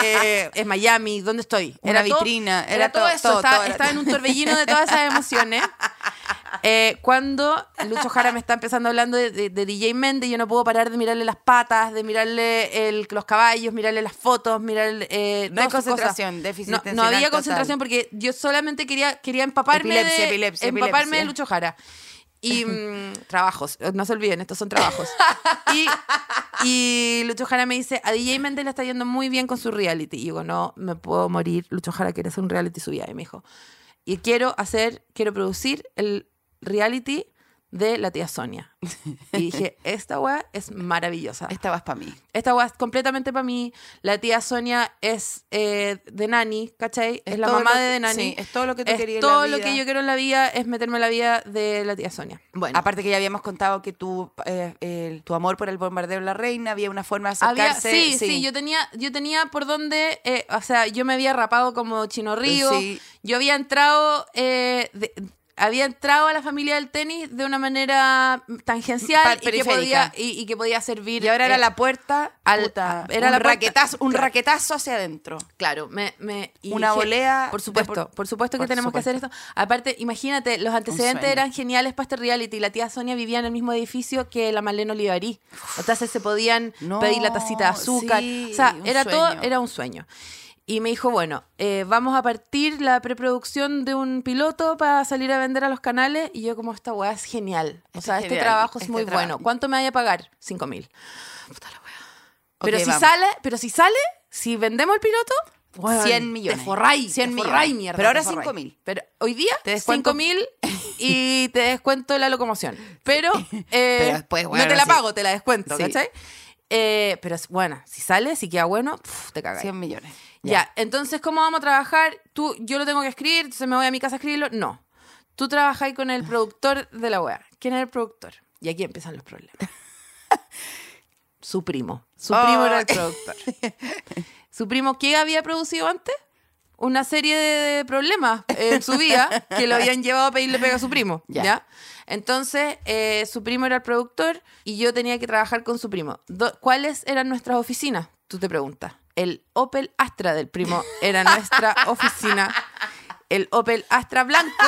Speaker 2: eh, es Miami, ¿dónde estoy?
Speaker 3: Una
Speaker 2: todo-
Speaker 3: vitrina,
Speaker 2: Era,
Speaker 3: era
Speaker 2: todo,
Speaker 3: todo,
Speaker 2: eso,
Speaker 3: todo,
Speaker 2: estaba,
Speaker 3: todo era
Speaker 2: estaba en un torbellino de todas esas emociones. Eh, cuando Lucho Jara me está empezando hablando de, de- de DJ Mende, yo no puedo parar de mirarle las patas, de mirarle el- los caballos, mirarle las fotos, mirar eh,
Speaker 3: No hay
Speaker 2: todas sus cosas.
Speaker 3: concentración, déficit
Speaker 2: No, no
Speaker 3: atencional
Speaker 2: había
Speaker 3: total.
Speaker 2: concentración porque yo solamente quería, quería empaparme,
Speaker 3: Epilepsia,
Speaker 2: de,
Speaker 3: epilepsia,
Speaker 2: empaparme
Speaker 3: epilepsia.
Speaker 2: de Lucho Jara. Y mm, trabajos, no se olviden, estos son trabajos. Y, y Lucho Jara me dice, a DJ Mendel le está yendo muy bien con su reality. Y digo, no, me puedo morir, Lucho Jara quiere hacer un reality su vida. Y me dijo, y quiero hacer, quiero producir el reality de la tía Sonia. Y dije, esta weá es maravillosa.
Speaker 3: Estabas para mí.
Speaker 2: Esta weá es completamente para mí. La tía Sonia es eh, de Nani, ¿cachai? Es, la
Speaker 3: todo
Speaker 2: mamá
Speaker 3: lo
Speaker 2: de,
Speaker 3: que-
Speaker 2: de Nani.
Speaker 3: sí, es todo lo que tú
Speaker 2: Es
Speaker 3: querías en la
Speaker 2: Todo lo
Speaker 3: vida.
Speaker 2: que yo quiero en la vida es meterme en la vida de la tía Sonia. Bueno.
Speaker 3: Aparte que ya habíamos contado que tu, eh, el- tu amor por el bombardeo de la reina había una forma de
Speaker 2: Había,
Speaker 3: acercarse.
Speaker 2: sí, sí, yo tenía, yo tenía por donde, eh, o sea, yo me había rapado como Chino Río,
Speaker 3: Sí.
Speaker 2: yo había entrado, eh, de- había entrado a la familia del tenis de una manera
Speaker 3: Pa-
Speaker 2: tangencial y que,
Speaker 3: periférica.
Speaker 2: podía, y, y que podía servir.
Speaker 3: Y ahora era
Speaker 2: eh,
Speaker 3: la puerta,
Speaker 2: al-
Speaker 3: puta,
Speaker 2: era
Speaker 3: un
Speaker 2: la puerta.
Speaker 3: raquetazo, un
Speaker 2: Claro.
Speaker 3: raquetazo hacia adentro.
Speaker 2: Claro, me, me- y
Speaker 3: Una
Speaker 2: dije,
Speaker 3: volea
Speaker 2: Por
Speaker 3: de
Speaker 2: supuesto, por,
Speaker 3: por-
Speaker 2: supuesto que
Speaker 3: por
Speaker 2: tenemos que hacer esto. Aparte, imagínate, los antecedentes
Speaker 3: sueño.
Speaker 2: eran geniales para este reality. La tía Sonia vivía en el mismo edificio que la Malena Olivarí. Entonces se podían
Speaker 3: No,
Speaker 2: pedir la tacita de azúcar.
Speaker 3: sí,
Speaker 2: o sea,
Speaker 3: un
Speaker 2: era todo,
Speaker 3: sueño.
Speaker 2: era un sueño. Y me dijo, bueno, eh, vamos a partir la preproducción de un piloto para salir a vender a los canales. Y yo como, esta weá es genial. O
Speaker 3: Esto
Speaker 2: sea,
Speaker 3: es
Speaker 2: este
Speaker 3: genial,
Speaker 2: trabajo es
Speaker 3: este
Speaker 2: muy
Speaker 3: trabajo.
Speaker 2: bueno. ¿Cuánto me vaya a pagar? Cinco mil. Pero
Speaker 3: Ok,
Speaker 2: si
Speaker 3: vamos.
Speaker 2: sale, pero si sale, si vendemos el piloto,
Speaker 3: Weón,
Speaker 2: 100 millones.
Speaker 3: te forráis,
Speaker 2: 100
Speaker 3: te
Speaker 2: millones.
Speaker 3: forráis, mierda,
Speaker 2: Pero ahora
Speaker 3: te forráis.
Speaker 2: 5 mil. Pero hoy día
Speaker 3: Te descuento-
Speaker 2: 5 mil y te descuento la locomoción. Pero, eh,
Speaker 3: Pero después, weón,
Speaker 2: no te la
Speaker 3: así.
Speaker 2: pago, te la descuento,
Speaker 3: Sí.
Speaker 2: ¿cachai? Eh, pero es- bueno, si sale, si queda bueno, pf, te cagas.
Speaker 3: 100 millones.
Speaker 2: Ya. entonces, ¿cómo vamos a trabajar? Tú, yo lo tengo que escribir, entonces me voy a mi casa a escribirlo. No. Tú trabajáis con el productor de la wea. ¿Quién es el productor? Y aquí empiezan los problemas. Su primo. Su
Speaker 3: Oh.
Speaker 2: primo era el productor. Su primo, ¿qué había producido antes? Una serie de problemas en su vida que lo habían llevado a pedirle pega a su primo.
Speaker 3: Ya.
Speaker 2: ¿ya? Entonces, eh, su primo era el productor y yo tenía que trabajar con su primo. Do- ¿Cuáles eran nuestras oficinas? Tú te preguntas. El Opel Astra del primo era nuestra oficina. El Opel Astra blanco,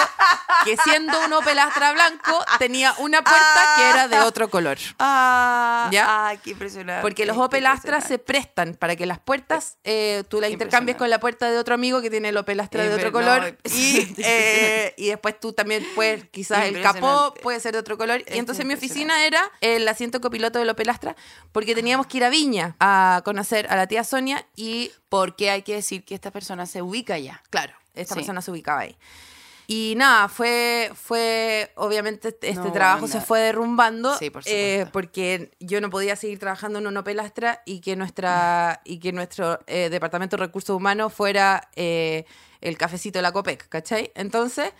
Speaker 2: que siendo un Opel Astra blanco, tenía una puerta que era de otro color.
Speaker 3: Ah,
Speaker 2: Ya.
Speaker 3: ah, qué impresionante.
Speaker 2: Porque los
Speaker 3: qué
Speaker 2: Opel Astra se
Speaker 3: impresionante.
Speaker 2: prestan para que las puertas eh, tú las intercambies
Speaker 3: Impresionante.
Speaker 2: con la puerta de otro amigo que tiene el Opel Astra
Speaker 3: Es
Speaker 2: de otro
Speaker 3: verdad,
Speaker 2: color.
Speaker 3: es
Speaker 2: Y, eh, y después tú también puedes, quizás el capó
Speaker 3: Impresionante.
Speaker 2: puede ser de otro color.
Speaker 3: Es
Speaker 2: Y entonces mi oficina era el asiento copiloto del Opel Astra porque teníamos que ir a Viña a conocer a la tía Sonia y
Speaker 3: Porque hay que decir que esta persona se ubica ya.
Speaker 2: Claro, esta
Speaker 3: Sí.
Speaker 2: persona se ubicaba ahí. Y nada, fue, fue obviamente este
Speaker 3: No,
Speaker 2: trabajo
Speaker 3: bueno.
Speaker 2: se fue derrumbando
Speaker 3: Sí, por
Speaker 2: eh,
Speaker 3: supuesto.
Speaker 2: porque yo no podía seguir trabajando en una pelastra y que nuestra y que nuestro eh, departamento de recursos humanos fuera eh, el cafecito de la COPEC, ¿cachai? Entonces,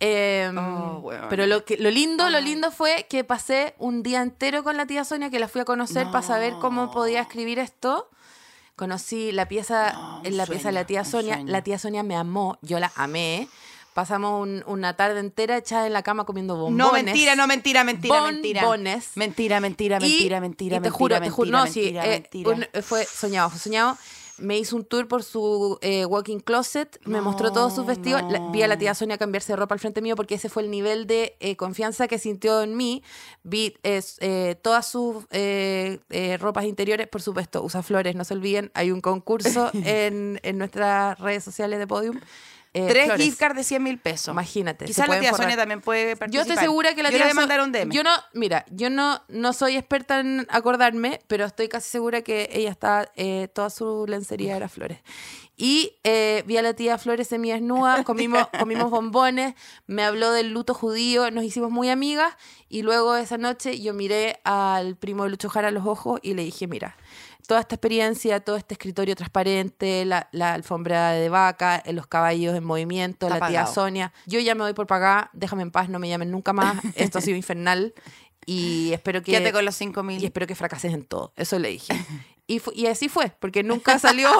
Speaker 2: eh,
Speaker 3: Oh, weón.
Speaker 2: pero lo que lo lindo, lo
Speaker 3: Ay.
Speaker 2: lindo fue que pasé un día entero con la tía Sonia que la fui a conocer para saber cómo
Speaker 3: No.
Speaker 2: podía escribir esto. Conocí la pieza,
Speaker 3: No, Ah, un
Speaker 2: en la pieza de la
Speaker 3: sueño,
Speaker 2: tía
Speaker 3: un
Speaker 2: Sonia.
Speaker 3: sueño.
Speaker 2: La tía Sonia me amó, yo la amé. Pasamos un- una tarde entera echada en la cama comiendo bombones.
Speaker 3: No, mentira, no, mentira, mentira, mentira.
Speaker 2: Bombones.
Speaker 3: Mentira, mentira, mentira, mentira,
Speaker 2: y, y te
Speaker 3: mentira,
Speaker 2: juro, te
Speaker 3: mentira,
Speaker 2: juro, no,
Speaker 3: mentira,
Speaker 2: sí, eh,
Speaker 3: mentira.
Speaker 2: un- fue soñado, fue soñado. me hizo un tour por su eh, walking closet, me mostró todos sus vestidos, la- vi a la tía Sonia cambiarse de ropa al frente mío porque ese fue el nivel de eh, confianza que sintió en mí. Vi eh, s- eh, todas sus eh, eh, ropas interiores, por supuesto, usa flores, no se olviden, hay un concurso en, en nuestras redes sociales de Podium. Eh,
Speaker 3: Tres
Speaker 2: flores.
Speaker 3: gift cards de 100 mil pesos.
Speaker 2: Imagínate. se
Speaker 3: Quizás la
Speaker 2: pueden
Speaker 3: tía
Speaker 2: forrar.
Speaker 3: Sonia también puede participar.
Speaker 2: Yo estoy segura que la
Speaker 3: Yo le
Speaker 2: tía
Speaker 3: voy a
Speaker 2: Son-
Speaker 3: mandar un DM.
Speaker 2: Yo no, mira, yo no, no soy experta en acordarme, pero estoy casi segura que ella está, eh, toda su lencería era flores. Y eh, vi a la tía Flores semidesnuda, comimos, comimos bombones, me habló del luto judío, nos hicimos muy amigas y luego esa noche yo miré al primo de Lucho Jara a los ojos y le dije, mira, toda esta experiencia, todo este escritorio transparente, la, la alfombra de vaca, eh, los caballos en movimiento,
Speaker 3: Está
Speaker 2: la tía
Speaker 3: pagado.
Speaker 2: Sonia, yo ya me doy por pagada, déjame en paz, no me llamen nunca más, esto ha sido infernal y espero que...
Speaker 3: Quédate con los 5
Speaker 2: Y
Speaker 3: mil.
Speaker 2: espero que fracases en todo. Eso le dije. Y, fu- y así fue, porque nunca salió,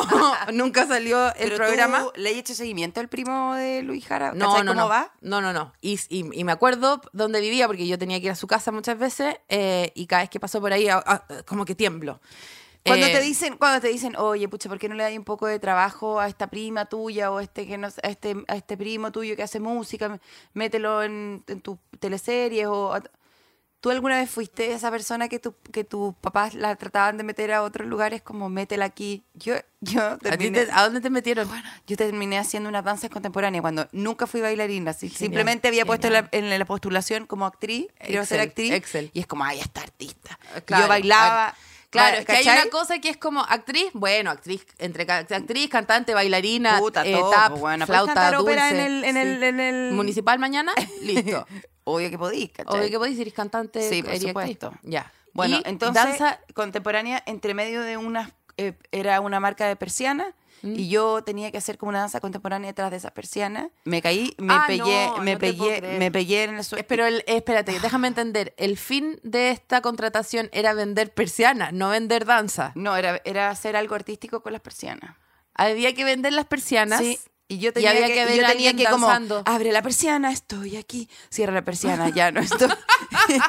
Speaker 2: nunca salió el programa.
Speaker 3: ¿Le he hecho seguimiento al primo de Luis Jara?
Speaker 2: No,
Speaker 3: ¿Cachai
Speaker 2: no,
Speaker 3: cómo
Speaker 2: no.
Speaker 3: va?
Speaker 2: No, no, no. Y, y- y me acuerdo dónde vivía, porque yo tenía que ir a su casa muchas veces, eh, y cada vez que paso por ahí, ah, ah, como que tiemblo.
Speaker 3: Cuando
Speaker 2: Eh,
Speaker 3: te dicen, cuando te dicen, oye, pucha, ¿por qué no le das un poco de trabajo a esta prima tuya o a este que no, a este, a este primo tuyo que hace música, mételo en, en tus teleseries o a- tú alguna vez fuiste esa persona que tu, que tus papás la trataban de meter a otros lugares como métela aquí. Yo, yo
Speaker 2: ¿a, ti
Speaker 3: terminé,
Speaker 2: te- a dónde te metieron?
Speaker 3: yo terminé haciendo unas danzas contemporáneas cuando nunca fui bailarina, sí,
Speaker 2: Genial,
Speaker 3: simplemente había puesto en
Speaker 2: genial.
Speaker 3: la, en la postulación como actriz, quiero ser
Speaker 2: Excel,
Speaker 3: actriz
Speaker 2: Excel. Eh,
Speaker 3: y es como, ay, esta artista.
Speaker 2: Claro, ah,
Speaker 3: yo bailaba.
Speaker 2: Claro, es que hay
Speaker 3: ¿cachai?
Speaker 2: una cosa que es como actriz, bueno, actriz, entre ca- actriz, cantante, bailarina,
Speaker 3: Puta,
Speaker 2: eh,
Speaker 3: todo,
Speaker 2: tap,
Speaker 3: pues, bueno, ¿puedes
Speaker 2: flauta,
Speaker 3: cantar
Speaker 2: dulce.
Speaker 3: ópera en el- en
Speaker 2: sí.
Speaker 3: el- en el-
Speaker 2: Municipal mañana, listo.
Speaker 3: Obvio que podís, ¿cachai?
Speaker 2: Obvio que podéis ser cantante.
Speaker 3: Sí, por
Speaker 2: eres actriz.
Speaker 3: supuesto.
Speaker 2: Ya.
Speaker 3: Bueno,
Speaker 2: Y
Speaker 3: entonces,
Speaker 2: Danza,
Speaker 3: contemporánea, entre medio de unas, eh, era una marca de persiana.
Speaker 2: Mm.
Speaker 3: Y yo tenía que hacer como una danza contemporánea detrás de esas persianas. Me caí, me
Speaker 2: Ah,
Speaker 3: pegué,
Speaker 2: no,
Speaker 3: me
Speaker 2: no te puedo
Speaker 3: pegué,
Speaker 2: creer.
Speaker 3: me pegué en el suelo.
Speaker 2: pero el, espérate, déjame entender. El fin de esta contratación era vender persianas, no vender danza.
Speaker 3: No, era, era hacer algo artístico con las persianas.
Speaker 2: Había que vender las persianas.
Speaker 3: Sí. Y yo tenía
Speaker 2: había
Speaker 3: que,
Speaker 2: que
Speaker 3: y
Speaker 2: ver
Speaker 3: yo
Speaker 2: a
Speaker 3: tenía
Speaker 2: alguien
Speaker 3: que como,
Speaker 2: danzando.
Speaker 3: abre la persiana, estoy aquí. Cierra la persiana, ya no estoy.
Speaker 2: Un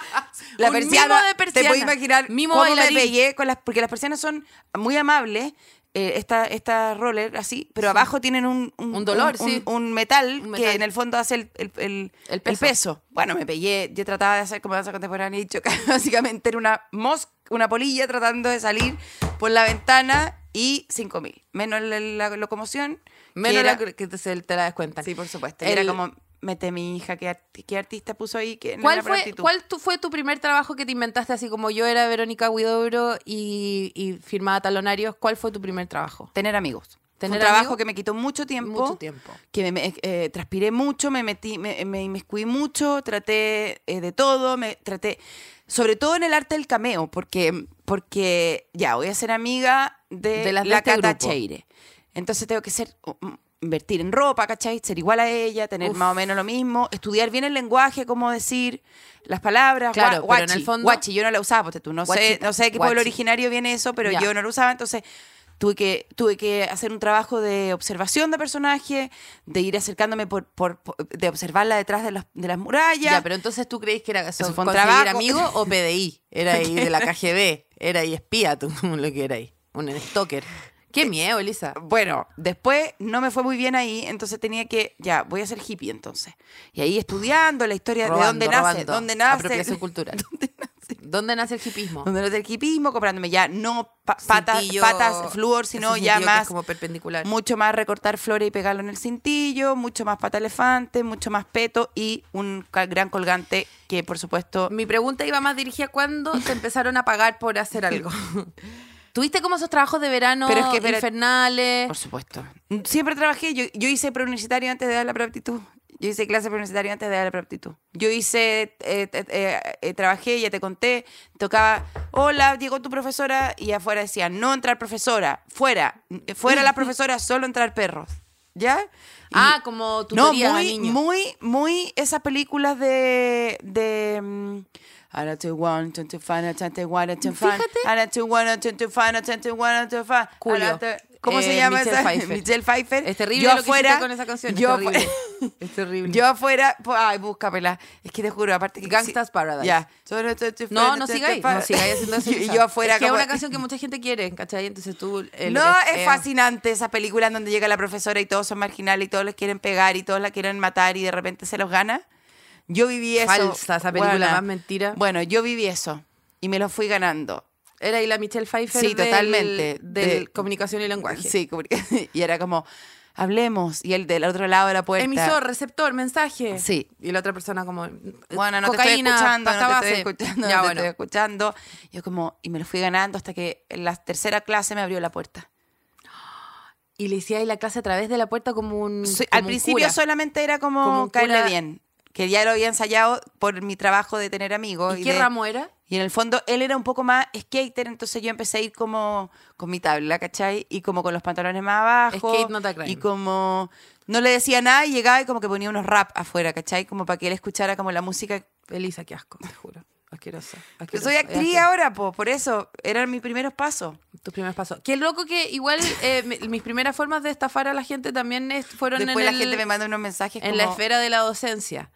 Speaker 2: mimo de
Speaker 3: Te
Speaker 2: persiana.
Speaker 3: puedo imaginar
Speaker 2: Mimo
Speaker 3: cómo
Speaker 2: bailarín.
Speaker 3: me pegué con las porque las persianas son muy amables. eh, esta, esta roller así, pero abajo tienen un,
Speaker 2: Un dolor,
Speaker 3: un,
Speaker 2: sí.
Speaker 3: un metal,
Speaker 2: Un
Speaker 3: que
Speaker 2: metal.
Speaker 3: en el fondo hace el, el- el-
Speaker 2: El
Speaker 3: el
Speaker 2: peso.
Speaker 3: peso. Bueno, me pegué, yo trataba de hacer como danza contemporánea y chocaba básicamente era una mosca, una polilla tratando de salir por la ventana y 5000, menos la, la locomoción, que
Speaker 2: Menos
Speaker 3: era-
Speaker 2: la que- que te, se- te la descuentan.
Speaker 3: Sí, por supuesto.
Speaker 2: El-
Speaker 3: Era como, mete mi hija, ¿qué, arti- qué artista puso ahí? que no
Speaker 2: ¿Cuál
Speaker 3: era
Speaker 2: fue,
Speaker 3: prostituta?
Speaker 2: ¿Cuál tu- fue tu primer trabajo que te inventaste así como yo era Verónica Huidobro y, y firmaba talonarios? ¿Cuál fue tu primer trabajo?
Speaker 3: Tener amigos. Fue
Speaker 2: Tener
Speaker 3: un trabajo
Speaker 2: amigos.
Speaker 3: que me quitó mucho tiempo.
Speaker 2: Mucho tiempo.
Speaker 3: Que me- me, eh, transpiré mucho, me metí, me, eh, me inmiscuí mucho, traté eh, de todo, me traté, sobre todo en el arte del cameo, porque, porque ya, voy a ser amiga de,
Speaker 2: De las de
Speaker 3: la
Speaker 2: este
Speaker 3: Cata
Speaker 2: grupo.
Speaker 3: Cheire. Entonces tengo que ser, o, mm, invertir en ropa, ¿cachai? Ser igual a ella, tener
Speaker 2: Uf.
Speaker 3: más o menos lo mismo, estudiar bien el lenguaje, cómo decir las palabras. gua-
Speaker 2: Claro, pero en
Speaker 3: guachi,
Speaker 2: el fondo-
Speaker 3: guachi, yo no la usaba, ponte tú, no sé,
Speaker 2: Guachita,
Speaker 3: no sé de qué pueblo
Speaker 2: guachi.
Speaker 3: originario viene eso, pero
Speaker 2: Ya.
Speaker 3: yo no lo usaba, entonces tuve que, tuve que hacer un trabajo de observación de personaje, de ir acercándome por, por, por- de observarla detrás de las, de las murallas.
Speaker 2: Ya, pero entonces tú crees que era eso,
Speaker 3: Eso fue un
Speaker 2: conseguir
Speaker 3: trabajo.
Speaker 2: amigo o PDI. Era ahí de la KGB, era ahí espía tú, lo que era ahí, un stalker.
Speaker 3: Eh,
Speaker 2: Qué miedo, Elisa.
Speaker 3: Bueno, después no me fue muy bien ahí, entonces tenía que, ya, voy a ser hippie entonces. Y ahí estudiando la historia de dónde nace, dónde nace,
Speaker 2: Apropiación cultural. ¿Dónde nace? el hipismo?
Speaker 3: dónde nace el hippismo, comprándome ya no pa- patas,
Speaker 2: Cintillo-
Speaker 3: patas flúor, sino
Speaker 2: ese
Speaker 3: ya
Speaker 2: cintillo que es
Speaker 3: más
Speaker 2: como perpendicular.
Speaker 3: mucho más recortar flores y pegarlo en el cintillo, mucho más pata elefante, mucho más peto y un ca- gran colgante que por supuesto
Speaker 2: Mi pregunta iba más dirigida a cuándo te empezaron a pagar por hacer algo. ¿Tuviste como esos trabajos de verano
Speaker 3: Pero es que, espera-
Speaker 2: infernales?
Speaker 3: por supuesto. Siempre trabajé, yo, yo hice preuniversitario antes de dar la preaptitud. Yo hice clase preuniversitaria antes de dar la preaptitud. Yo hice, eh, eh, eh, eh, trabajé, ya te conté, tocaba, hola, llegó tu profesora y afuera decía, no entrar profesora, fuera, fuera la profesora, solo entrar perros. ¿Ya? Y-
Speaker 2: ah, como tutorías
Speaker 3: no,
Speaker 2: a
Speaker 3: muy,
Speaker 2: niños.
Speaker 3: muy, muy esas películas de. de mm, I don't to want to to find, I don't to want to find,
Speaker 2: Fíjate.
Speaker 3: I don't to want to to find, I don't to want to find. I
Speaker 2: Julio.
Speaker 3: don't to- ¿Cómo se
Speaker 2: eh,
Speaker 3: llama
Speaker 2: Michelle
Speaker 3: esa?
Speaker 2: Pfeiffer.
Speaker 3: Michelle Pfeiffer.
Speaker 2: Es terrible
Speaker 3: yo
Speaker 2: lo que
Speaker 3: fuera,
Speaker 2: hiciste con esa canción.
Speaker 3: yo
Speaker 2: es terrible. es terrible.
Speaker 3: Yo afuera, po- ay, búscamela. Es que te juro, aparte que
Speaker 2: Gangsta's Paradise.
Speaker 3: Ya.
Speaker 2: no, no sigáis. No sigáis haciendo eso.
Speaker 3: Y yo afuera
Speaker 2: Es que
Speaker 3: como-
Speaker 2: es una canción que mucha gente quiere, ¿cachai? Entonces tú... eh, lo
Speaker 3: No,
Speaker 2: que
Speaker 3: es
Speaker 2: eh,
Speaker 3: fascinante esas películas donde llega la profesora y todos son marginales y todos les quieren pegar y todos la quieren matar y de repente se los gana. Yo viví eso.
Speaker 2: Falsa, esa película
Speaker 3: weona.
Speaker 2: más mentira.
Speaker 3: Bueno, yo viví eso y me lo fui ganando.
Speaker 2: Era ahí la Michelle Pfeiffer
Speaker 3: Sí,
Speaker 2: del-
Speaker 3: totalmente.
Speaker 2: Del
Speaker 3: De-
Speaker 2: comunicación y lenguaje.
Speaker 3: Sí, como- y era como, hablemos. Y el del otro lado de la puerta.
Speaker 2: Emisor, receptor, mensaje.
Speaker 3: Sí.
Speaker 2: Y la otra persona como...
Speaker 3: Bueno, no
Speaker 2: cocaína,
Speaker 3: te estoy escuchando,
Speaker 2: pasta
Speaker 3: no te
Speaker 2: base.
Speaker 3: estoy escuchando,
Speaker 2: Ya,
Speaker 3: no te
Speaker 2: bueno.
Speaker 3: estoy escuchando. Yo como, y me lo fui ganando hasta que en la tercera clase me abrió la puerta.
Speaker 2: Y le hacía ahí la clase a través de la puerta como un...
Speaker 3: Soy-
Speaker 2: Mm, como
Speaker 3: al
Speaker 2: un
Speaker 3: principio
Speaker 2: cura.
Speaker 3: solamente era
Speaker 2: Como
Speaker 3: como,
Speaker 2: un
Speaker 3: caerle
Speaker 2: cura-
Speaker 3: bien, que ya lo había ensayado por mi trabajo de tener amigos.
Speaker 2: ¿Y qué
Speaker 3: de-
Speaker 2: ramo era?
Speaker 3: Y en el fondo él era un poco más skater, entonces yo empecé a ir como con mi tabla, ¿cachai? Y como con los pantalones más abajo.
Speaker 2: Skate not a crime.
Speaker 3: Y como no le decía nada y llegaba y como que ponía unos rap afuera, ¿cachai? Como para que él escuchara como la música
Speaker 2: Elisa, qué asco, te juro. Asquerosa.
Speaker 3: Yo
Speaker 2: asquerosa,
Speaker 3: soy
Speaker 2: es
Speaker 3: actriz
Speaker 2: asquerosa.
Speaker 3: ahora, po, por eso eran mis primeros pasos.
Speaker 2: Tus primeros pasos. Qué loco que igual eh, mi- mis primeras formas de estafar a la gente también es- fueron
Speaker 3: Después
Speaker 2: en
Speaker 3: la
Speaker 2: el-
Speaker 3: gente me manda unos mensajes
Speaker 2: en
Speaker 3: como,
Speaker 2: la esfera de la docencia.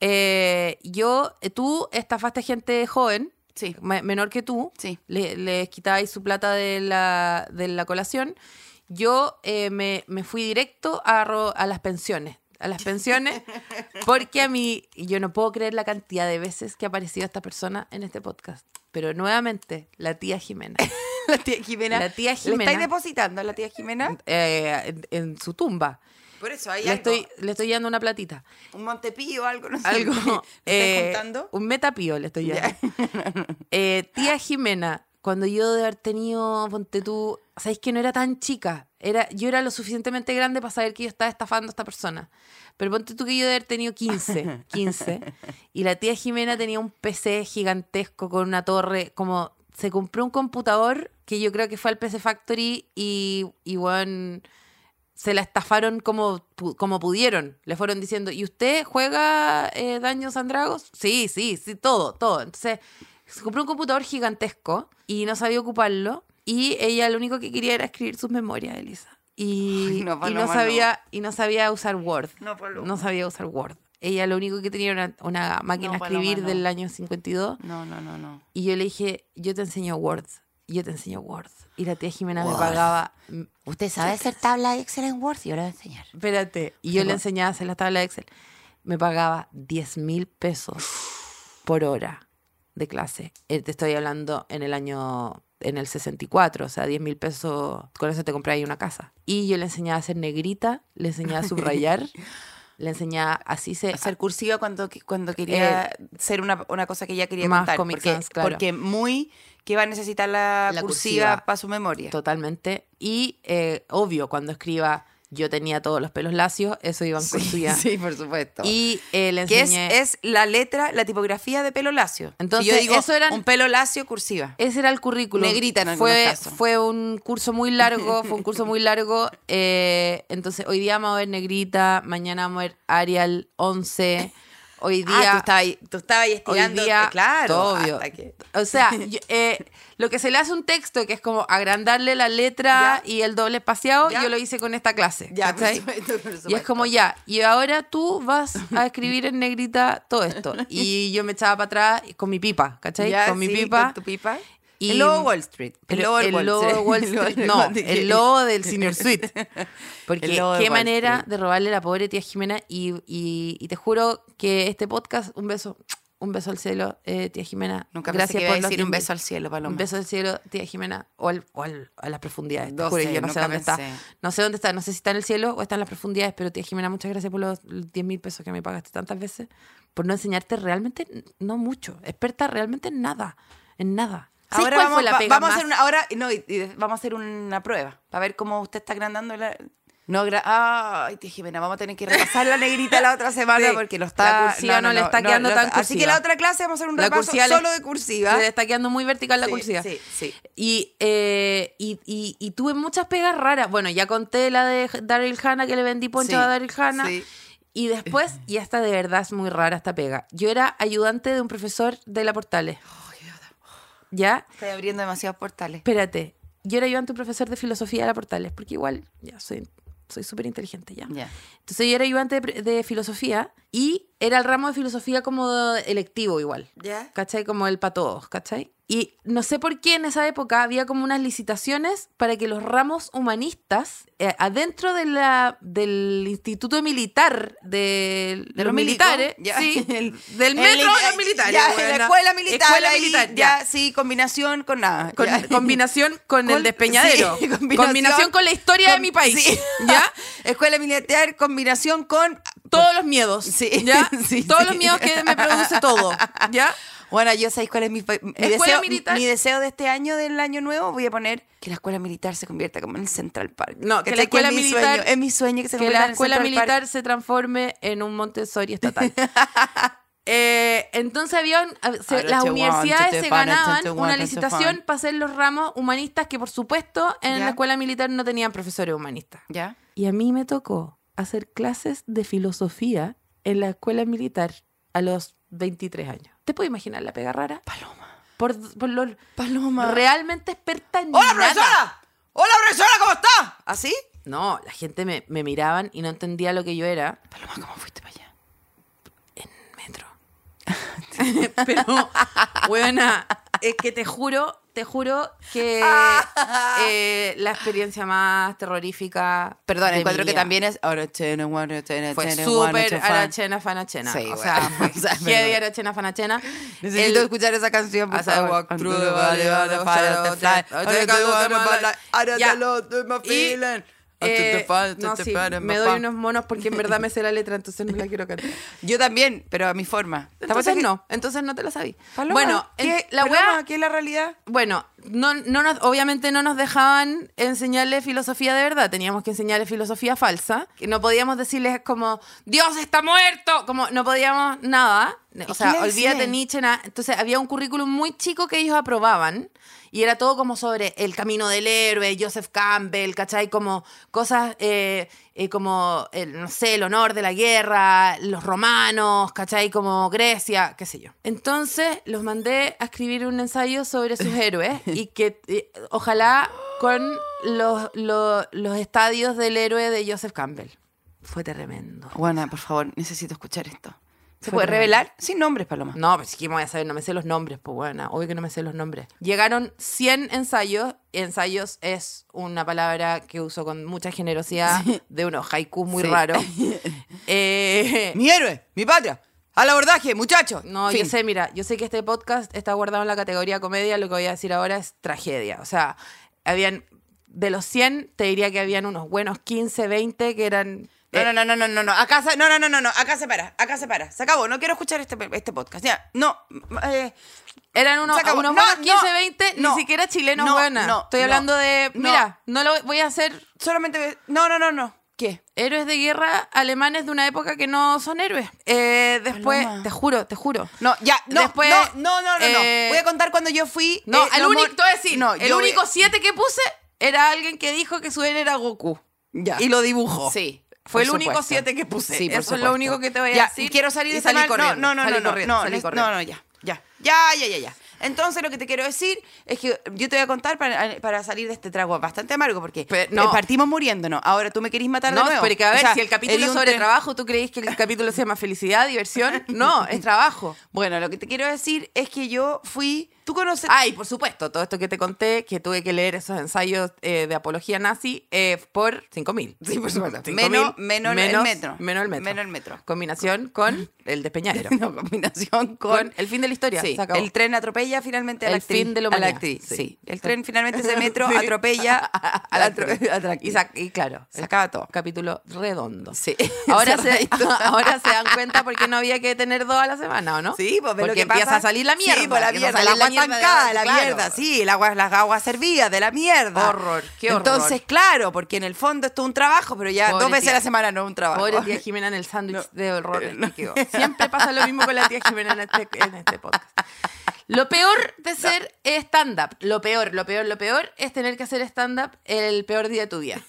Speaker 2: Eh, yo, tú estafaste gente joven,
Speaker 3: Sí.
Speaker 2: me- menor que tú,
Speaker 3: Sí.
Speaker 2: le- les quitabais su plata de la, de la colación. Yo eh, me, me fui directo a, ro- a las pensiones, a las pensiones, porque a mí, y yo no puedo creer la cantidad de veces que ha aparecido esta persona en este podcast. Pero nuevamente, la tía Jimena.
Speaker 3: la tía Jimena.
Speaker 2: La tía
Speaker 3: ¿Le
Speaker 2: Jimena.
Speaker 3: estáis depositando a la tía Jimena?
Speaker 2: eh, en, en su tumba.
Speaker 3: Por eso, hay
Speaker 2: Le
Speaker 3: algo.
Speaker 2: estoy, le estoy dando una platita.
Speaker 3: Un montepío, algo, no sé.
Speaker 2: algo.
Speaker 3: ¿Me estáis
Speaker 2: eh,
Speaker 3: contando?
Speaker 2: Un metapío le estoy
Speaker 3: Ya.
Speaker 2: dando. Eh, tía Jimena, cuando yo de haber tenido, ponte tú, sabéis que no era tan chica. Era, yo era lo suficientemente grande para saber que yo estaba estafando a esta persona. Pero ponte tú que yo de haber tenido 15, 15. Y la tía Jimena tenía un PC gigantesco con una torre, como se compró un computador que yo creo que fue al PC Factory y, y bueno, se la estafaron como, pu- como pudieron. Le fueron diciendo, ¿y usted juega eh, Daños and Dragons? Sí, sí, sí, todo, todo. Entonces, se compró un computador gigantesco y no sabía ocuparlo. Y ella lo único que quería era escribir sus memorias, Elisa. Y,
Speaker 3: Ay, no,
Speaker 2: y
Speaker 3: Paloma, no.
Speaker 2: sabía, y no sabía usar Word.
Speaker 3: No, Paloma.
Speaker 2: No sabía usar Word. Ella lo único que tenía era una, una máquina
Speaker 3: No,
Speaker 2: a
Speaker 3: Paloma,
Speaker 2: escribir
Speaker 3: no.
Speaker 2: del año 52.
Speaker 3: No, no, no, no.
Speaker 2: Y yo le dije, yo te enseño Word. Yo te enseño Word. Y la tía Jimena me
Speaker 3: Word.
Speaker 2: pagaba mm,
Speaker 3: Usted sabe hacer tabla de Excel en Word, yo le voy a enseñar.
Speaker 2: Espérate. Y yo le enseñaba a hacer la tabla de Excel. Me pagaba 10 mil pesos por hora de clase. Eh, Te estoy hablando en el año, en el 64, o sea, 10 mil pesos, con eso te compré ahí una casa. Y yo le enseñaba a hacer negrita, le enseñaba a subrayar, le enseñaba, así se...
Speaker 3: Hacer Eh, cursiva cuando, cuando quería ser una, una cosa que ella quería
Speaker 2: eh, más
Speaker 3: contar.
Speaker 2: Comic
Speaker 3: porque,
Speaker 2: Sans, claro.
Speaker 3: porque muy que va a necesitar la,
Speaker 2: La
Speaker 3: cursiva,
Speaker 2: cursiva.
Speaker 3: para su memoria.
Speaker 2: Totalmente. Y eh, obvio, cuando escriba, yo tenía todos los pelos lacios, eso iba en
Speaker 3: Sí,
Speaker 2: cursiva.
Speaker 3: sí, por supuesto.
Speaker 2: Y eh, le
Speaker 3: que es,
Speaker 2: enseñé...
Speaker 3: es la letra, la tipografía de pelo lacio.
Speaker 2: Entonces,
Speaker 3: Si yo digo,
Speaker 2: eso eran-
Speaker 3: un pelo lacio cursiva.
Speaker 2: Ese era el currículum.
Speaker 3: Negrita en algunos
Speaker 2: fue,
Speaker 3: casos.
Speaker 2: Fue un curso muy largo, fue un curso muy largo. eh, entonces, hoy día vamos a ver Negrita, mañana vamos a ver Arial 11. Hoy
Speaker 3: Ah, tú
Speaker 2: día...
Speaker 3: estabas ahí- tú estabas ahí
Speaker 2: hoy
Speaker 3: estirando, eh,
Speaker 2: día,
Speaker 3: claro,
Speaker 2: todo obvio.
Speaker 3: hasta que-
Speaker 2: O sea, yo- eh, lo que se le hace a un texto, que es como agrandarle la letra
Speaker 3: Ya.
Speaker 2: y el doble espaciado,
Speaker 3: Ya.
Speaker 2: yo lo hice con esta clase.
Speaker 3: Ya, pues, por
Speaker 2: ¿cachai?
Speaker 3: supuesto, por
Speaker 2: Y es
Speaker 3: supuesto.
Speaker 2: como ya, y ahora tú vas a escribir en negrita todo esto. Y yo me echaba para atrás con mi pipa, ¿cachai?
Speaker 3: Ya,
Speaker 2: con mi
Speaker 3: sí,
Speaker 2: pipa.
Speaker 3: con tu pipa.
Speaker 2: Y-
Speaker 3: el lobo de Wall Street.
Speaker 2: Pero
Speaker 3: El lobo de
Speaker 2: el
Speaker 3: Wall
Speaker 2: lobo de
Speaker 3: Street.
Speaker 2: Wall
Speaker 3: El lobo
Speaker 2: Street,
Speaker 3: de
Speaker 2: no,
Speaker 3: Wall Street.
Speaker 2: el lobo del Senior Suite. Porque
Speaker 3: El lobo de
Speaker 2: qué
Speaker 3: Wall
Speaker 2: manera
Speaker 3: Street.
Speaker 2: de robarle la pobre tía Jimena y, y- y te juro que este podcast, un beso, un beso al cielo, eh, tía Jimena.
Speaker 3: Nunca pensé
Speaker 2: gracias
Speaker 3: que iba a
Speaker 2: por los
Speaker 3: decir un
Speaker 2: 10.000.
Speaker 3: beso al cielo, Paloma.
Speaker 2: Un beso al cielo, tía Jimena, o, al- o al- a las profundidades. Te
Speaker 3: No
Speaker 2: juro,
Speaker 3: sé,
Speaker 2: yo no sé
Speaker 3: eh, nunca
Speaker 2: dónde está.
Speaker 3: pensé.
Speaker 2: No sé dónde está, no sé si está en el cielo o está en las profundidades, pero tía Jimena, muchas gracias por los 10 mil pesos que me pagaste tantas veces, por no enseñarte realmente, n- no mucho, experta realmente en nada, en nada. ¿Sabes
Speaker 3: Ahora
Speaker 2: cuál
Speaker 3: vamos,
Speaker 2: fue la
Speaker 3: va-
Speaker 2: pega
Speaker 3: vamos a
Speaker 2: más?
Speaker 3: hacer una, ahora, no, y- y vamos a hacer una prueba para ver cómo usted está agrandando la. No, gra- ay, tía Jimena, vamos a tener que repasar la negrita la otra semana
Speaker 2: Sí,
Speaker 3: porque lo está.
Speaker 2: la cursiva no le está quedando tan
Speaker 3: Así que
Speaker 2: cursiva.
Speaker 3: la otra clase vamos a hacer un
Speaker 2: La
Speaker 3: repaso
Speaker 2: cursiva le-
Speaker 3: solo de cursiva.
Speaker 2: Se le está quedando muy vertical la
Speaker 3: Sí,
Speaker 2: cursiva.
Speaker 3: Sí, sí.
Speaker 2: Y, eh, y, y- y tuve muchas pegas raras. Bueno, ya conté la de Daryl Hanna que le vendí poncho
Speaker 3: Sí,
Speaker 2: a Daryl Hanna.
Speaker 3: sí.
Speaker 2: Y después, y esta de verdad es muy rara esta pega. Yo era ayudante de un profesor de la Portales. ¿Ya?
Speaker 3: Estoy abriendo demasiados portales.
Speaker 2: Espérate. yo era ayudante de un profesor de filosofía de la Portales, porque igual ya soy soy súper inteligente ya.
Speaker 3: Ya.
Speaker 2: Entonces yo era ayudante de, pre- de filosofía y era el ramo de filosofía como electivo igual.
Speaker 3: Ya.
Speaker 2: ¿cachai? Como el para todos, ¿cachai? Y no sé por qué en esa época había como unas licitaciones para que los ramos humanistas, eh, adentro de la, del instituto militar, de, de
Speaker 3: Los
Speaker 2: los
Speaker 3: milicos,
Speaker 2: militares,
Speaker 3: ya.
Speaker 2: sí,
Speaker 3: El-
Speaker 2: del metro
Speaker 3: En la-
Speaker 2: a los militares.
Speaker 3: Ya, en la
Speaker 2: buena.
Speaker 3: escuela militar.
Speaker 2: Escuela
Speaker 3: ahí,
Speaker 2: militar,
Speaker 3: ya.
Speaker 2: ya.
Speaker 3: sí, combinación con nada.
Speaker 2: Con-
Speaker 3: ya.
Speaker 2: Combinación con
Speaker 3: Con-
Speaker 2: el despeñadero.
Speaker 3: sí, combinación-
Speaker 2: combinación, con la historia de
Speaker 3: con-
Speaker 2: mi país.
Speaker 3: sí.
Speaker 2: ¿Ya?
Speaker 3: Escuela militar, combinación con.
Speaker 2: Todos los miedos.
Speaker 3: Sí,
Speaker 2: ¿Ya?
Speaker 3: sí,
Speaker 2: Todos
Speaker 3: sí.
Speaker 2: los miedos que me produce todo. ¿Ya?
Speaker 3: Bueno, yo sabéis cuál es mi, fa- mi
Speaker 2: Escuela
Speaker 3: deseo.
Speaker 2: militar.
Speaker 3: Mi deseo de este año, del año nuevo, voy a poner que la escuela militar se convierta como en el Central Park.
Speaker 2: No, que la
Speaker 3: ¿Cachai?
Speaker 2: escuela
Speaker 3: es mi
Speaker 2: militar-
Speaker 3: sueño, es mi sueño que se
Speaker 2: que
Speaker 3: convierta
Speaker 2: la
Speaker 3: en el
Speaker 2: escuela
Speaker 3: Central Park.
Speaker 2: militar se transforme en un Montessori estatal. Eh, entonces había, un- a- se-
Speaker 3: Ahora
Speaker 2: las
Speaker 3: te want
Speaker 2: universidades
Speaker 3: to
Speaker 2: se
Speaker 3: fun,
Speaker 2: ganaban
Speaker 3: te want
Speaker 2: una
Speaker 3: to
Speaker 2: licitación
Speaker 3: fun.
Speaker 2: para hacer los ramos humanistas que por supuesto en
Speaker 3: Ya.
Speaker 2: la escuela militar no tenían profesores humanistas.
Speaker 3: ¿Ya?
Speaker 2: Y a mí me tocó hacer clases de filosofía en la escuela militar a los 23 años. ¿Te puedes imaginar la pega rara?
Speaker 3: Paloma.
Speaker 2: Por, por lo
Speaker 3: Paloma.
Speaker 2: realmente experta en
Speaker 3: ¡Hola,
Speaker 2: nada.
Speaker 3: profesora! ¡Hola, profesora! ¿Cómo está? ¿Ah, ¿Así?
Speaker 2: No, la gente me, me miraban y no entendía lo que yo era.
Speaker 3: Paloma, ¿cómo fuiste para allá?
Speaker 2: metro. Pero, buena, es que te juro, te juro que eh, la experiencia más terrorífica.
Speaker 3: Perdón,
Speaker 2: de
Speaker 3: encuentro
Speaker 2: mi
Speaker 3: que
Speaker 2: vida
Speaker 3: también es. Arachena, guarachena,
Speaker 2: Fue
Speaker 3: chena,
Speaker 2: súper
Speaker 3: guarachena, fan.
Speaker 2: arachena, fanachena.
Speaker 3: Sí,
Speaker 2: o
Speaker 3: bueno,
Speaker 2: sea, fue
Speaker 3: o sea,
Speaker 2: heavy
Speaker 3: perdón.
Speaker 2: arachena, fanachena.
Speaker 3: Necesito
Speaker 2: El-
Speaker 3: escuchar esa canción, por
Speaker 2: As I
Speaker 3: favor.
Speaker 2: walk through the valley of the shadow of death, I take a look at my life. Ya. Y, eh, no, sí, me doy unos monos porque en verdad me sé la letra, entonces no la quiero cantar.
Speaker 3: Yo también, pero a mi forma.
Speaker 2: Entonces no, entonces no te la sabí.
Speaker 3: bueno,
Speaker 2: bueno, en- la wea
Speaker 3: ¿qué es la realidad?
Speaker 2: Bueno, no, no nos- obviamente no nos dejaban enseñarle filosofía de verdad, teníamos que enseñarle filosofía falsa. Que No podíamos decirles como, Dios está muerto, como no podíamos nada.
Speaker 3: qué
Speaker 2: O sea,
Speaker 3: le
Speaker 2: olvídate
Speaker 3: decían?
Speaker 2: Nietzsche. nada. ah, Entonces había un currículum muy chico que ellos aprobaban y era todo como sobre el camino del héroe, Joseph Campbell, ¿cachai? Como cosas eh, eh, como, el, no sé, el honor de la guerra, los romanos, ¿cachai? Como Grecia, qué sé yo. Entonces los mandé a escribir un ensayo sobre sus héroes y que eh, ojalá con los, los, los estadios del héroe de Joseph Campbell. Fue tremendo.
Speaker 3: Juana, por favor, necesito escuchar esto. ¿Se
Speaker 2: Fue
Speaker 3: puede
Speaker 2: tremendo.
Speaker 3: revelar? Sin nombres, Paloma.
Speaker 2: No, pues ¿qué me voy a saber? No me sé los nombres, pues bueno, obvio que no me sé los nombres. Llegaron 100 ensayos. Ensayos es una palabra que uso con mucha generosidad de unos haikus muy
Speaker 3: Sí.
Speaker 2: raros. Eh,
Speaker 3: Mi héroe, mi patria. Al abordaje, muchachos.
Speaker 2: no, yo sé, mira, yo sé que este podcast está guardado en la categoría comedia, lo que voy a decir ahora es tragedia. O sea, habían, de los 100, te diría que habían unos buenos 15, 20 que eran... eh,
Speaker 3: No, no, no, no, no, no. Acá se, no, no, no, no, no. Acá se para, acá se para. Se acabó. No quiero escuchar este, este podcast. Ya, no. eh,
Speaker 2: Eran unos,
Speaker 3: Se acabó.
Speaker 2: unos
Speaker 3: No,
Speaker 2: buenos
Speaker 3: no,
Speaker 2: 15, 20,
Speaker 3: no,
Speaker 2: ni siquiera chilenos,
Speaker 3: no,
Speaker 2: buena.
Speaker 3: no,
Speaker 2: Estoy
Speaker 3: no,
Speaker 2: hablando de.
Speaker 3: no.
Speaker 2: Mira, no lo voy a hacer
Speaker 3: solamente. ve- No, no, no, no. ¿Qué?
Speaker 2: héroes de guerra alemanes de una época que no son héroes. Eh, después,
Speaker 3: Paloma.
Speaker 2: te juro, te juro.
Speaker 3: No, ya, no,
Speaker 2: Después,
Speaker 3: no, no, no, no, no.
Speaker 2: eh,
Speaker 3: Voy a contar cuando yo fui.
Speaker 2: No,
Speaker 3: eh,
Speaker 2: el
Speaker 3: lo
Speaker 2: único,
Speaker 3: mon-
Speaker 2: te voy a decir,
Speaker 3: no,
Speaker 2: el
Speaker 3: yo-
Speaker 2: único 7 que puse era alguien que dijo que su héroe era Goku.
Speaker 3: Ya.
Speaker 2: Y lo dibujó.
Speaker 3: Sí. por
Speaker 2: Fue el único
Speaker 3: supuesto.
Speaker 2: 7 que puse.
Speaker 3: Sí, por
Speaker 2: Eso es
Speaker 3: supuesto.
Speaker 2: lo único que te voy a
Speaker 3: Ya,
Speaker 2: decir.
Speaker 3: y quiero salir
Speaker 2: Y
Speaker 3: de esa
Speaker 2: salí
Speaker 3: mal-
Speaker 2: corriendo.
Speaker 3: No, no, no,
Speaker 2: salí
Speaker 3: no,
Speaker 2: corriendo,
Speaker 3: no,
Speaker 2: salí
Speaker 3: no,
Speaker 2: corriendo.
Speaker 3: no, no, ya. Ya, ya, ya, ya, ya. Entonces lo que te quiero decir es que yo te voy a contar para, para salir de este trago bastante amargo porque
Speaker 2: Pero no.
Speaker 3: eh, partimos muriéndonos. Ahora tú me querís matar de
Speaker 2: No,
Speaker 3: nuevo.
Speaker 2: porque a
Speaker 3: O
Speaker 2: ver,
Speaker 3: sea,
Speaker 2: si el capítulo
Speaker 3: eres
Speaker 2: es
Speaker 3: un
Speaker 2: sobre
Speaker 3: tre-
Speaker 2: trabajo, ¿tú crees que el capítulo se llama felicidad, diversión? No, es trabajo.
Speaker 3: Bueno, lo que te quiero decir es que yo fui. Tú conoces.
Speaker 2: Ah, y por supuesto, todo esto que te conté, que tuve que leer esos ensayos eh, de apología nazi eh, por 5.000.
Speaker 3: Sí, por supuesto.
Speaker 2: Cinco
Speaker 3: Menos,
Speaker 2: mil,
Speaker 3: menos, el
Speaker 2: menos-
Speaker 3: metro.
Speaker 2: menos el metro.
Speaker 3: Menos el metro.
Speaker 2: Combinación con el despeñadero.
Speaker 3: No, combinación
Speaker 2: con
Speaker 3: con
Speaker 2: el fin de la historia.
Speaker 3: Sí,
Speaker 2: se acabó.
Speaker 3: el tren atropella finalmente a la
Speaker 2: El
Speaker 3: actriz.
Speaker 2: fin de la
Speaker 3: a la
Speaker 2: humanidad,
Speaker 3: actriz, sí.
Speaker 2: sí.
Speaker 3: El tren finalmente ese metro
Speaker 2: Sí.
Speaker 3: atropella a la, atro- a la
Speaker 2: y,
Speaker 3: actriz.
Speaker 2: sa- y claro,
Speaker 3: Se acaba todo.
Speaker 2: capítulo redondo.
Speaker 3: Sí.
Speaker 2: Ahora se,
Speaker 3: Cerradito.
Speaker 2: ahora se dan cuenta porque no había que tener dos a la semana, ¿o no?
Speaker 3: Sí, pues ve
Speaker 2: porque
Speaker 3: lo que
Speaker 2: empieza
Speaker 3: pasa.
Speaker 2: a salir la mierda.
Speaker 3: Sí, pues la
Speaker 2: empieza a
Speaker 3: mierda,
Speaker 2: salir
Speaker 3: la agua
Speaker 2: mierda,
Speaker 3: estancada, la
Speaker 2: claro.
Speaker 3: mierda, sí, el agua, las aguas servidas, de la mierda.
Speaker 2: Horror, qué horror.
Speaker 3: Entonces, claro, porque en el fondo esto es un trabajo, pero ya
Speaker 2: Pobre
Speaker 3: dos veces
Speaker 2: tía.
Speaker 3: a la semana no es un trabajo.
Speaker 2: Pobre tía Jimena en el sándwich
Speaker 3: No.
Speaker 2: de horrores
Speaker 3: No.
Speaker 2: que quedó. Siempre pasa lo mismo con la tía Jimena en este, en este podcast. Lo peor de ser stand-up, lo peor, lo peor, lo peor es tener que hacer stand-up el peor día de tu vida.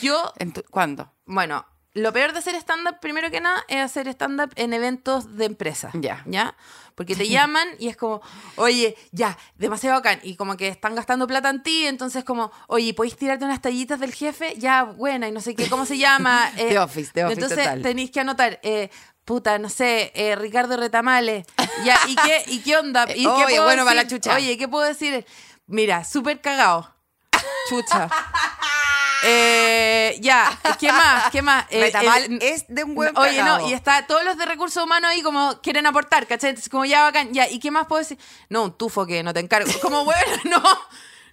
Speaker 2: Yo,
Speaker 3: En tu- ¿Cuándo?
Speaker 2: bueno, Lo peor de hacer stand-up, primero que nada, es hacer stand-up en eventos de empresa.
Speaker 3: Ya.
Speaker 2: ¿Ya? Porque te llaman y es como, oye, ya, demasiado bacán. Y como que están gastando plata en ti, entonces como, oye, ¿podéis tirarte unas tallitas del jefe? Ya, buena, y no sé qué, ¿cómo se llama? Eh,
Speaker 3: The Office, The Office
Speaker 2: Entonces
Speaker 3: total.
Speaker 2: tenéis que anotar, eh, puta, no sé, eh, Ricardo Retamales. Ya, ¿y qué, y qué onda? ¿Y qué
Speaker 3: Oye,
Speaker 2: puedo
Speaker 3: bueno, va la
Speaker 2: decir?
Speaker 3: chucha.
Speaker 2: Oye, ¿qué puedo decir? Mira, súper cagado. Chucha. Eh, ya, ¿qué más? ¿Qué más? Eh,
Speaker 3: Retamal
Speaker 2: el-
Speaker 3: es de un buen
Speaker 2: Oye,
Speaker 3: cagao.
Speaker 2: no, y está todos los de recursos humanos ahí como quieren aportar, ¿cachai? Entonces, como ya bacán, ya, ¿y qué más puedo decir? No, un tufo que no te encargo. Como, bueno, no,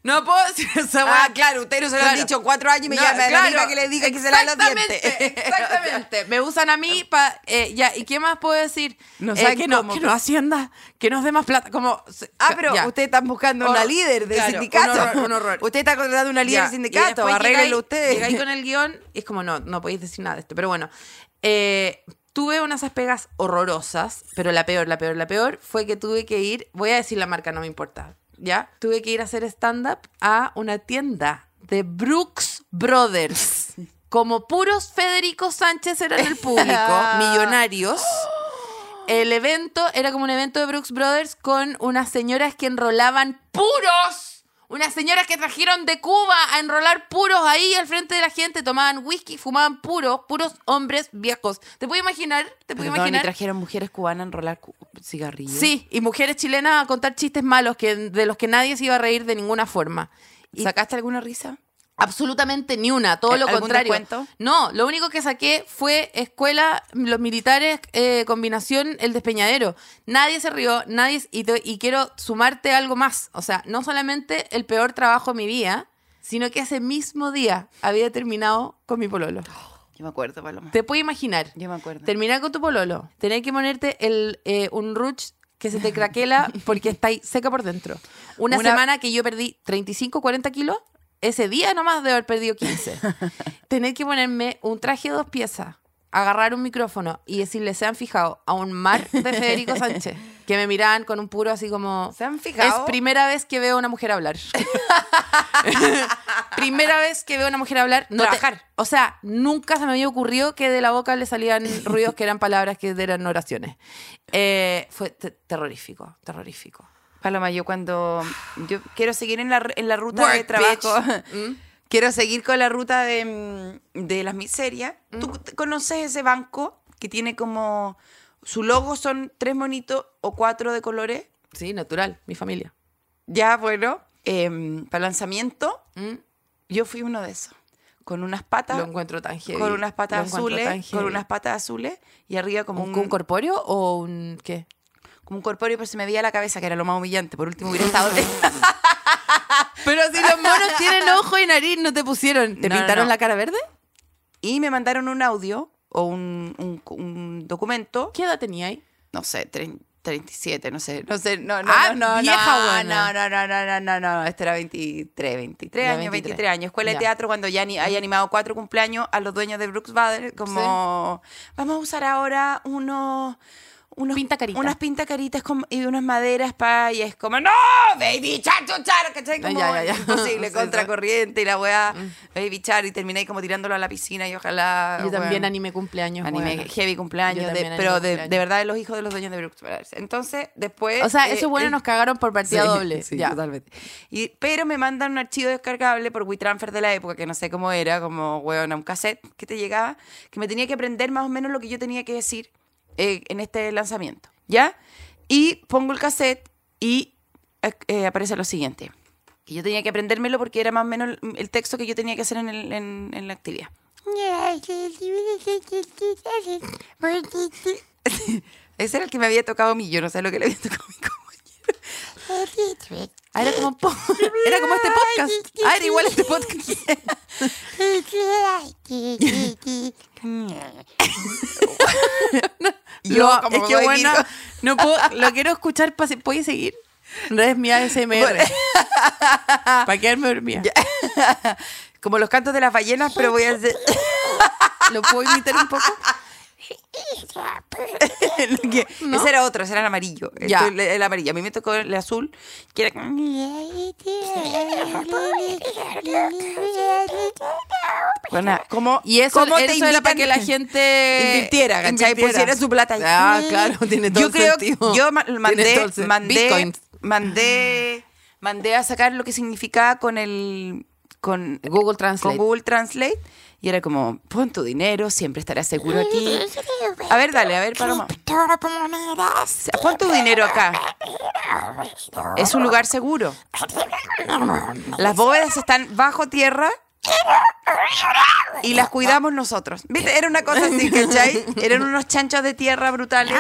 Speaker 2: no puedo decir esa
Speaker 3: Ah,
Speaker 2: weá.
Speaker 3: claro, ustedes no se lo han
Speaker 2: Claro.
Speaker 3: dicho cuatro años y me
Speaker 2: No,
Speaker 3: llama la
Speaker 2: claro,
Speaker 3: misma que le diga que se lave los dientes.
Speaker 2: exactamente, Exactamente. Me usan a mí para. ya, ¿y qué más puedo decir?
Speaker 3: No
Speaker 2: Eh,
Speaker 3: saben
Speaker 2: que, no,
Speaker 3: cómo.
Speaker 2: que no Hacienda, que nos dé más plata. Como,
Speaker 3: Ah, pero
Speaker 2: ya.
Speaker 3: ustedes están buscando una
Speaker 2: Horror-
Speaker 3: líder del
Speaker 2: claro,
Speaker 3: sindicato.
Speaker 2: un horror, un horror.
Speaker 3: Usted está contratando una líder
Speaker 2: Ya,
Speaker 3: del
Speaker 2: y
Speaker 3: sindicato,
Speaker 2: después
Speaker 3: arréglenlo
Speaker 2: llegáis- Llegáis
Speaker 3: ustedes.
Speaker 2: con el guión y es como, no, no podéis decir nada de esto. Pero bueno, eh, tuve unas esas pegas horrorosas, pero la peor, la peor, la peor fue que tuve que ir, voy a decir la marca, no me importa, ¿ya? Tuve que ir a hacer stand-up a una tienda de Brooks Brothers. Como puros Federico Sánchez eran el público, millonarios. El evento era como un evento de Brooks Brothers con unas señoras que enrolaban puros. Unas señoras que trajeron de Cuba a enrolar puros ahí al frente de la gente, tomaban whisky, fumaban puros, puros hombres viejos. ¿Te puedo imaginar? ¿Te puedo imaginar?
Speaker 3: trajeron mujeres cubanas a enrolar cigarrillos.
Speaker 2: Sí, y mujeres chilenas a contar chistes malos que, de los que nadie se iba a reír de ninguna forma. Y
Speaker 3: ¿Sacaste alguna risa?
Speaker 2: Absolutamente ni una, todo lo
Speaker 3: ¿Algún
Speaker 2: contrario.
Speaker 3: descuento?
Speaker 2: No, lo único que saqué fue escuela, los militares, eh, combinación, el despeñadero. Nadie se rió, nadie. Y, te- y quiero sumarte algo más. O sea, no solamente el peor trabajo de mi vida, sino que ese mismo día había terminado con mi pololo.
Speaker 3: Yo me acuerdo, Paloma.
Speaker 2: Te puedo imaginar.
Speaker 3: Yo me acuerdo.
Speaker 2: Terminar con tu pololo, tener que ponerte el, eh, un ruch que se te craquela porque está ahí seca por dentro. Una,
Speaker 3: Una-
Speaker 2: semana que yo perdí 35, 40 kilos, ese día nomás de haber perdido 15. tener que ponerme un traje de dos piezas, agarrar un micrófono y decirle, se han fijado, a un mar de Federico Sánchez, que me miraban con un puro así como...
Speaker 3: ¿Se han fijado?
Speaker 2: Es primera vez que veo a una mujer hablar. primera vez que veo a una mujer hablar, no te-
Speaker 3: Trabajar.
Speaker 2: o sea, nunca se me había ocurrido que de la boca le salían ruidos que eran palabras que eran oraciones. Eh, fue te- terrorífico, terrorífico.
Speaker 3: Paloma, yo cuando. Yo quiero seguir en la, en la ruta de
Speaker 2: Work,
Speaker 3: trabajo.
Speaker 2: bitch. ¿Mm?
Speaker 3: Quiero seguir con la ruta de, mm, de las miserias.
Speaker 2: Mm.
Speaker 3: ¿Tú te- conoces ese banco que tiene como. Su logo son tres monitos o cuatro de colores?
Speaker 2: Sí, natural, mi familia.
Speaker 3: Ya, bueno. em, para lanzamiento,
Speaker 2: ¿Mm?
Speaker 3: yo fui uno de esos. Con unas patas.
Speaker 2: Lo encuentro tan heavy.
Speaker 3: con unas
Speaker 2: Lo
Speaker 3: patas
Speaker 2: encuentro tan
Speaker 3: azules.
Speaker 2: heavy.
Speaker 3: Con unas patas azules. Y arriba como
Speaker 2: ¿Un, un corpóreo o un qué?
Speaker 3: como un corpóreo, pero se me veía la cabeza, que era lo más humillante. Por último, hubiera estado.
Speaker 2: Pero si los monos tienen ojo y nariz, ¿no te pusieron? ¿Te
Speaker 3: No, no,
Speaker 2: pintaron
Speaker 3: no.
Speaker 2: la cara verde?
Speaker 3: y me mandaron un audio o un, un- un documento,
Speaker 2: ¿Qué edad tenía ahí?
Speaker 3: no sé, trein- 37, no sé, no sé, no, no,
Speaker 2: Ah,
Speaker 3: no, no,
Speaker 2: vieja
Speaker 3: no,
Speaker 2: buena.
Speaker 3: no, no, no, no, no, no, este era 23, 23
Speaker 2: Ya,
Speaker 3: años,
Speaker 2: 23.
Speaker 3: 23 años, escuela de
Speaker 2: Ya.
Speaker 3: teatro cuando ya ni, hay animado cuatro cumpleaños a los dueños de Brooks Brothers, como vamos a usar ahora unos unos
Speaker 2: Pintacaritas.
Speaker 3: unas pintacaritas con- y unas maderas para y es como no baby char char char", ¿cachai?
Speaker 2: Ya,
Speaker 3: como
Speaker 2: ya, ya.
Speaker 3: imposible
Speaker 2: Sí, Mm.
Speaker 3: contracorriente y la weá baby char y terminé ahí como tirándolo a la piscina y ojalá
Speaker 2: Yo también
Speaker 3: weón.
Speaker 2: Ah, animé cumpleaños.
Speaker 3: Anime
Speaker 2: buena.
Speaker 3: heavy cumpleaños, de-
Speaker 2: Yo también anime
Speaker 3: pero de,
Speaker 2: cumpleaños.
Speaker 3: de verdad de los hijos de los dueños de Brooks Brothers. Entonces, después.
Speaker 2: O sea,
Speaker 3: eh,
Speaker 2: esos buenos
Speaker 3: eh,
Speaker 2: nos cagaron por partida
Speaker 3: sí,
Speaker 2: doble.
Speaker 3: sí,
Speaker 2: ya.
Speaker 3: totalmente. Y, pero me mandan un archivo descargable por WeTransfer de la época, que no sé cómo era, como, weón, a un cassette que te llegaba, que me tenía que aprender más o menos lo que yo tenía que decir eh, en este lanzamiento, ¿ya? Y pongo el cassette y eh, eh, aparece lo siguiente. Que yo tenía que aprendérmelo porque era más o menos el, el texto que yo tenía que hacer en, el- en- en la actividad. Ese era el que me había tocado a mí, yo no sé lo que le había tocado a mi compañero.
Speaker 2: Ah, era como, po- era como este podcast. Ah, era igual a este podcast.
Speaker 3: Yo
Speaker 2: Lo-
Speaker 3: como
Speaker 2: es
Speaker 3: me
Speaker 2: que
Speaker 3: voy a
Speaker 2: bueno,
Speaker 3: ir-
Speaker 2: no puedo, lo quiero escuchar. pa- ¿Puedes seguir? No es mi ASMR. Para quedarme dormida.
Speaker 3: Como los cantos de las ballenas, pero voy a hacer...
Speaker 2: ¿Lo puedo imitar un poco?
Speaker 3: Que
Speaker 2: ¿No?
Speaker 3: Ese era otro, ese era el amarillo.
Speaker 2: Ya.
Speaker 3: Esto es el, el amarillo. A mí me tocó el azul, que era. Bueno, ¿cómo,
Speaker 2: Y eso,
Speaker 3: cómo te
Speaker 2: eso era para
Speaker 3: invitan-
Speaker 2: que la gente
Speaker 3: invirtiera, ¿cachai?
Speaker 2: invirtiera.
Speaker 3: Pusiera su plata ahí.
Speaker 2: Ah, claro, tiene todo
Speaker 3: yo
Speaker 2: el
Speaker 3: creo,
Speaker 2: sentido.
Speaker 3: Yo ma-
Speaker 2: Tiene todo
Speaker 3: mandé,
Speaker 2: el sen-
Speaker 3: mandé,
Speaker 2: Bitcoins.
Speaker 3: mandé, mandé a sacar lo que significaba con el con
Speaker 2: Google Translate.
Speaker 3: con Google Translate y era como pon tu dinero, siempre estarás seguro aquí. A ver, dale, a ver, Paloma. Pon tu dinero acá. Es un lugar seguro. Las bóvedas están bajo tierra y las cuidamos nosotros. ¿Viste? Era una cosa así, ¿cachai? Eran unos chanchos de tierra brutales.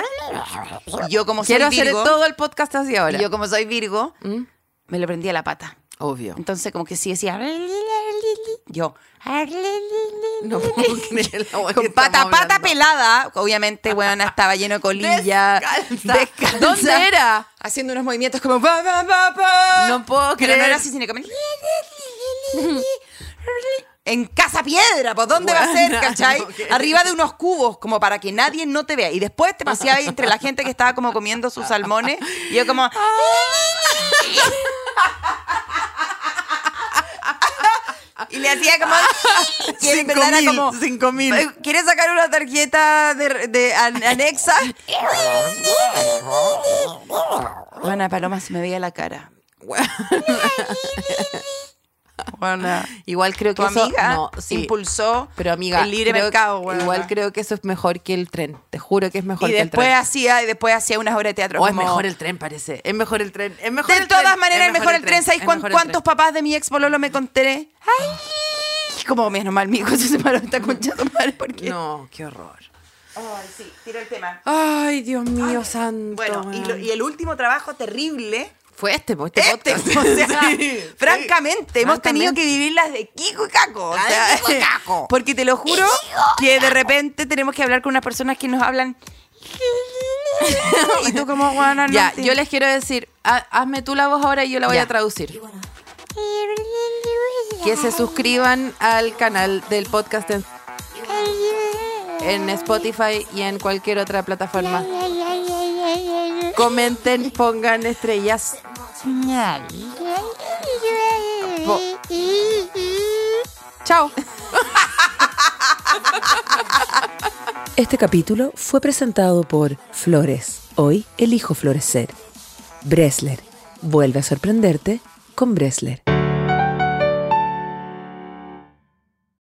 Speaker 3: Y yo como soy
Speaker 2: Quiero hacer
Speaker 3: Virgo,
Speaker 2: todo el podcast así ahora.
Speaker 3: y yo como soy Virgo,
Speaker 2: ¿Mm?
Speaker 3: me lo prendí a la pata.
Speaker 2: Obvio.
Speaker 3: Entonces como que sí decía yo
Speaker 2: No puedo creer la wea Oh, que
Speaker 3: con
Speaker 2: estamos
Speaker 3: pata pata
Speaker 2: hablando.
Speaker 3: pelada, obviamente weona estaba lleno de colilla.
Speaker 2: Descalza.
Speaker 3: descalza,
Speaker 2: ¿Dónde era?
Speaker 3: Haciendo unos movimientos como pa, pa, pa, pa.
Speaker 2: No puedo
Speaker 3: Pero
Speaker 2: creer.
Speaker 3: no era así, sino como en Casa Piedra, pues ¿dónde va a ser,
Speaker 2: Weona,
Speaker 3: cachai?
Speaker 2: no, qué-
Speaker 3: Arriba de unos cubos, como para que nadie no te vea. Y después te paseaba ahí entre la gente que estaba como comiendo sus salmones. Y yo como... Y le hacía como... Y en verdad era como...
Speaker 2: cinco
Speaker 3: Eh, ¿Quieres sacar una tarjeta de, de an- anexa? Buena Paloma se me veía la cara. Buena.
Speaker 2: Igual creo que
Speaker 3: Tu
Speaker 2: eso-
Speaker 3: amiga
Speaker 2: no, sí.
Speaker 3: impulsó
Speaker 2: Pero amiga,
Speaker 3: el libre
Speaker 2: creo-
Speaker 3: mercado. weona.
Speaker 2: igual creo que eso es mejor que el tren. Te juro que es mejor
Speaker 3: y
Speaker 2: que el
Speaker 3: después
Speaker 2: tren.
Speaker 3: hacía y después hacía unas obras de teatro.
Speaker 2: O es
Speaker 3: como-
Speaker 2: mejor el tren, parece. Es mejor el tren. Es mejor
Speaker 3: de
Speaker 2: el tren,
Speaker 3: todas maneras,
Speaker 2: es
Speaker 3: el mejor el tren. ¿Sabéis
Speaker 2: es
Speaker 3: cuán-
Speaker 2: mejor el
Speaker 3: cuántos
Speaker 2: tren.
Speaker 3: papás de mi ex pololo me conté? Ay, como menos mal, mi hijo se separó de esta concha de su madre porque.
Speaker 2: No, qué horror.
Speaker 3: Ay, sí, tiro el tema.
Speaker 2: Ay, Dios mío, santo.
Speaker 3: Bueno, y, lo-
Speaker 2: weón.
Speaker 3: y el último trabajo terrible.
Speaker 2: fue este, po, este,
Speaker 3: Este,
Speaker 2: podcast.
Speaker 3: o sea,
Speaker 2: Sí.
Speaker 3: francamente, hemos tenido que vivir las de Kiko y Caco. o sea, Porque te lo juro que de repente tenemos que hablar con unas personas que nos hablan. y tú como Juana, no
Speaker 2: Ya,
Speaker 3: te-
Speaker 2: yo les quiero decir, ha- hazme tú la voz ahora y yo la voy
Speaker 3: Ya.
Speaker 2: a traducir. Que se suscriban al canal del podcast en, en Spotify y en cualquier otra plataforma. Comenten, pongan estrellas. Chao.
Speaker 1: Este capítulo fue presentado por Flores. Hoy elijo florecer. Bresler. Vuelve a sorprenderte con Bresler.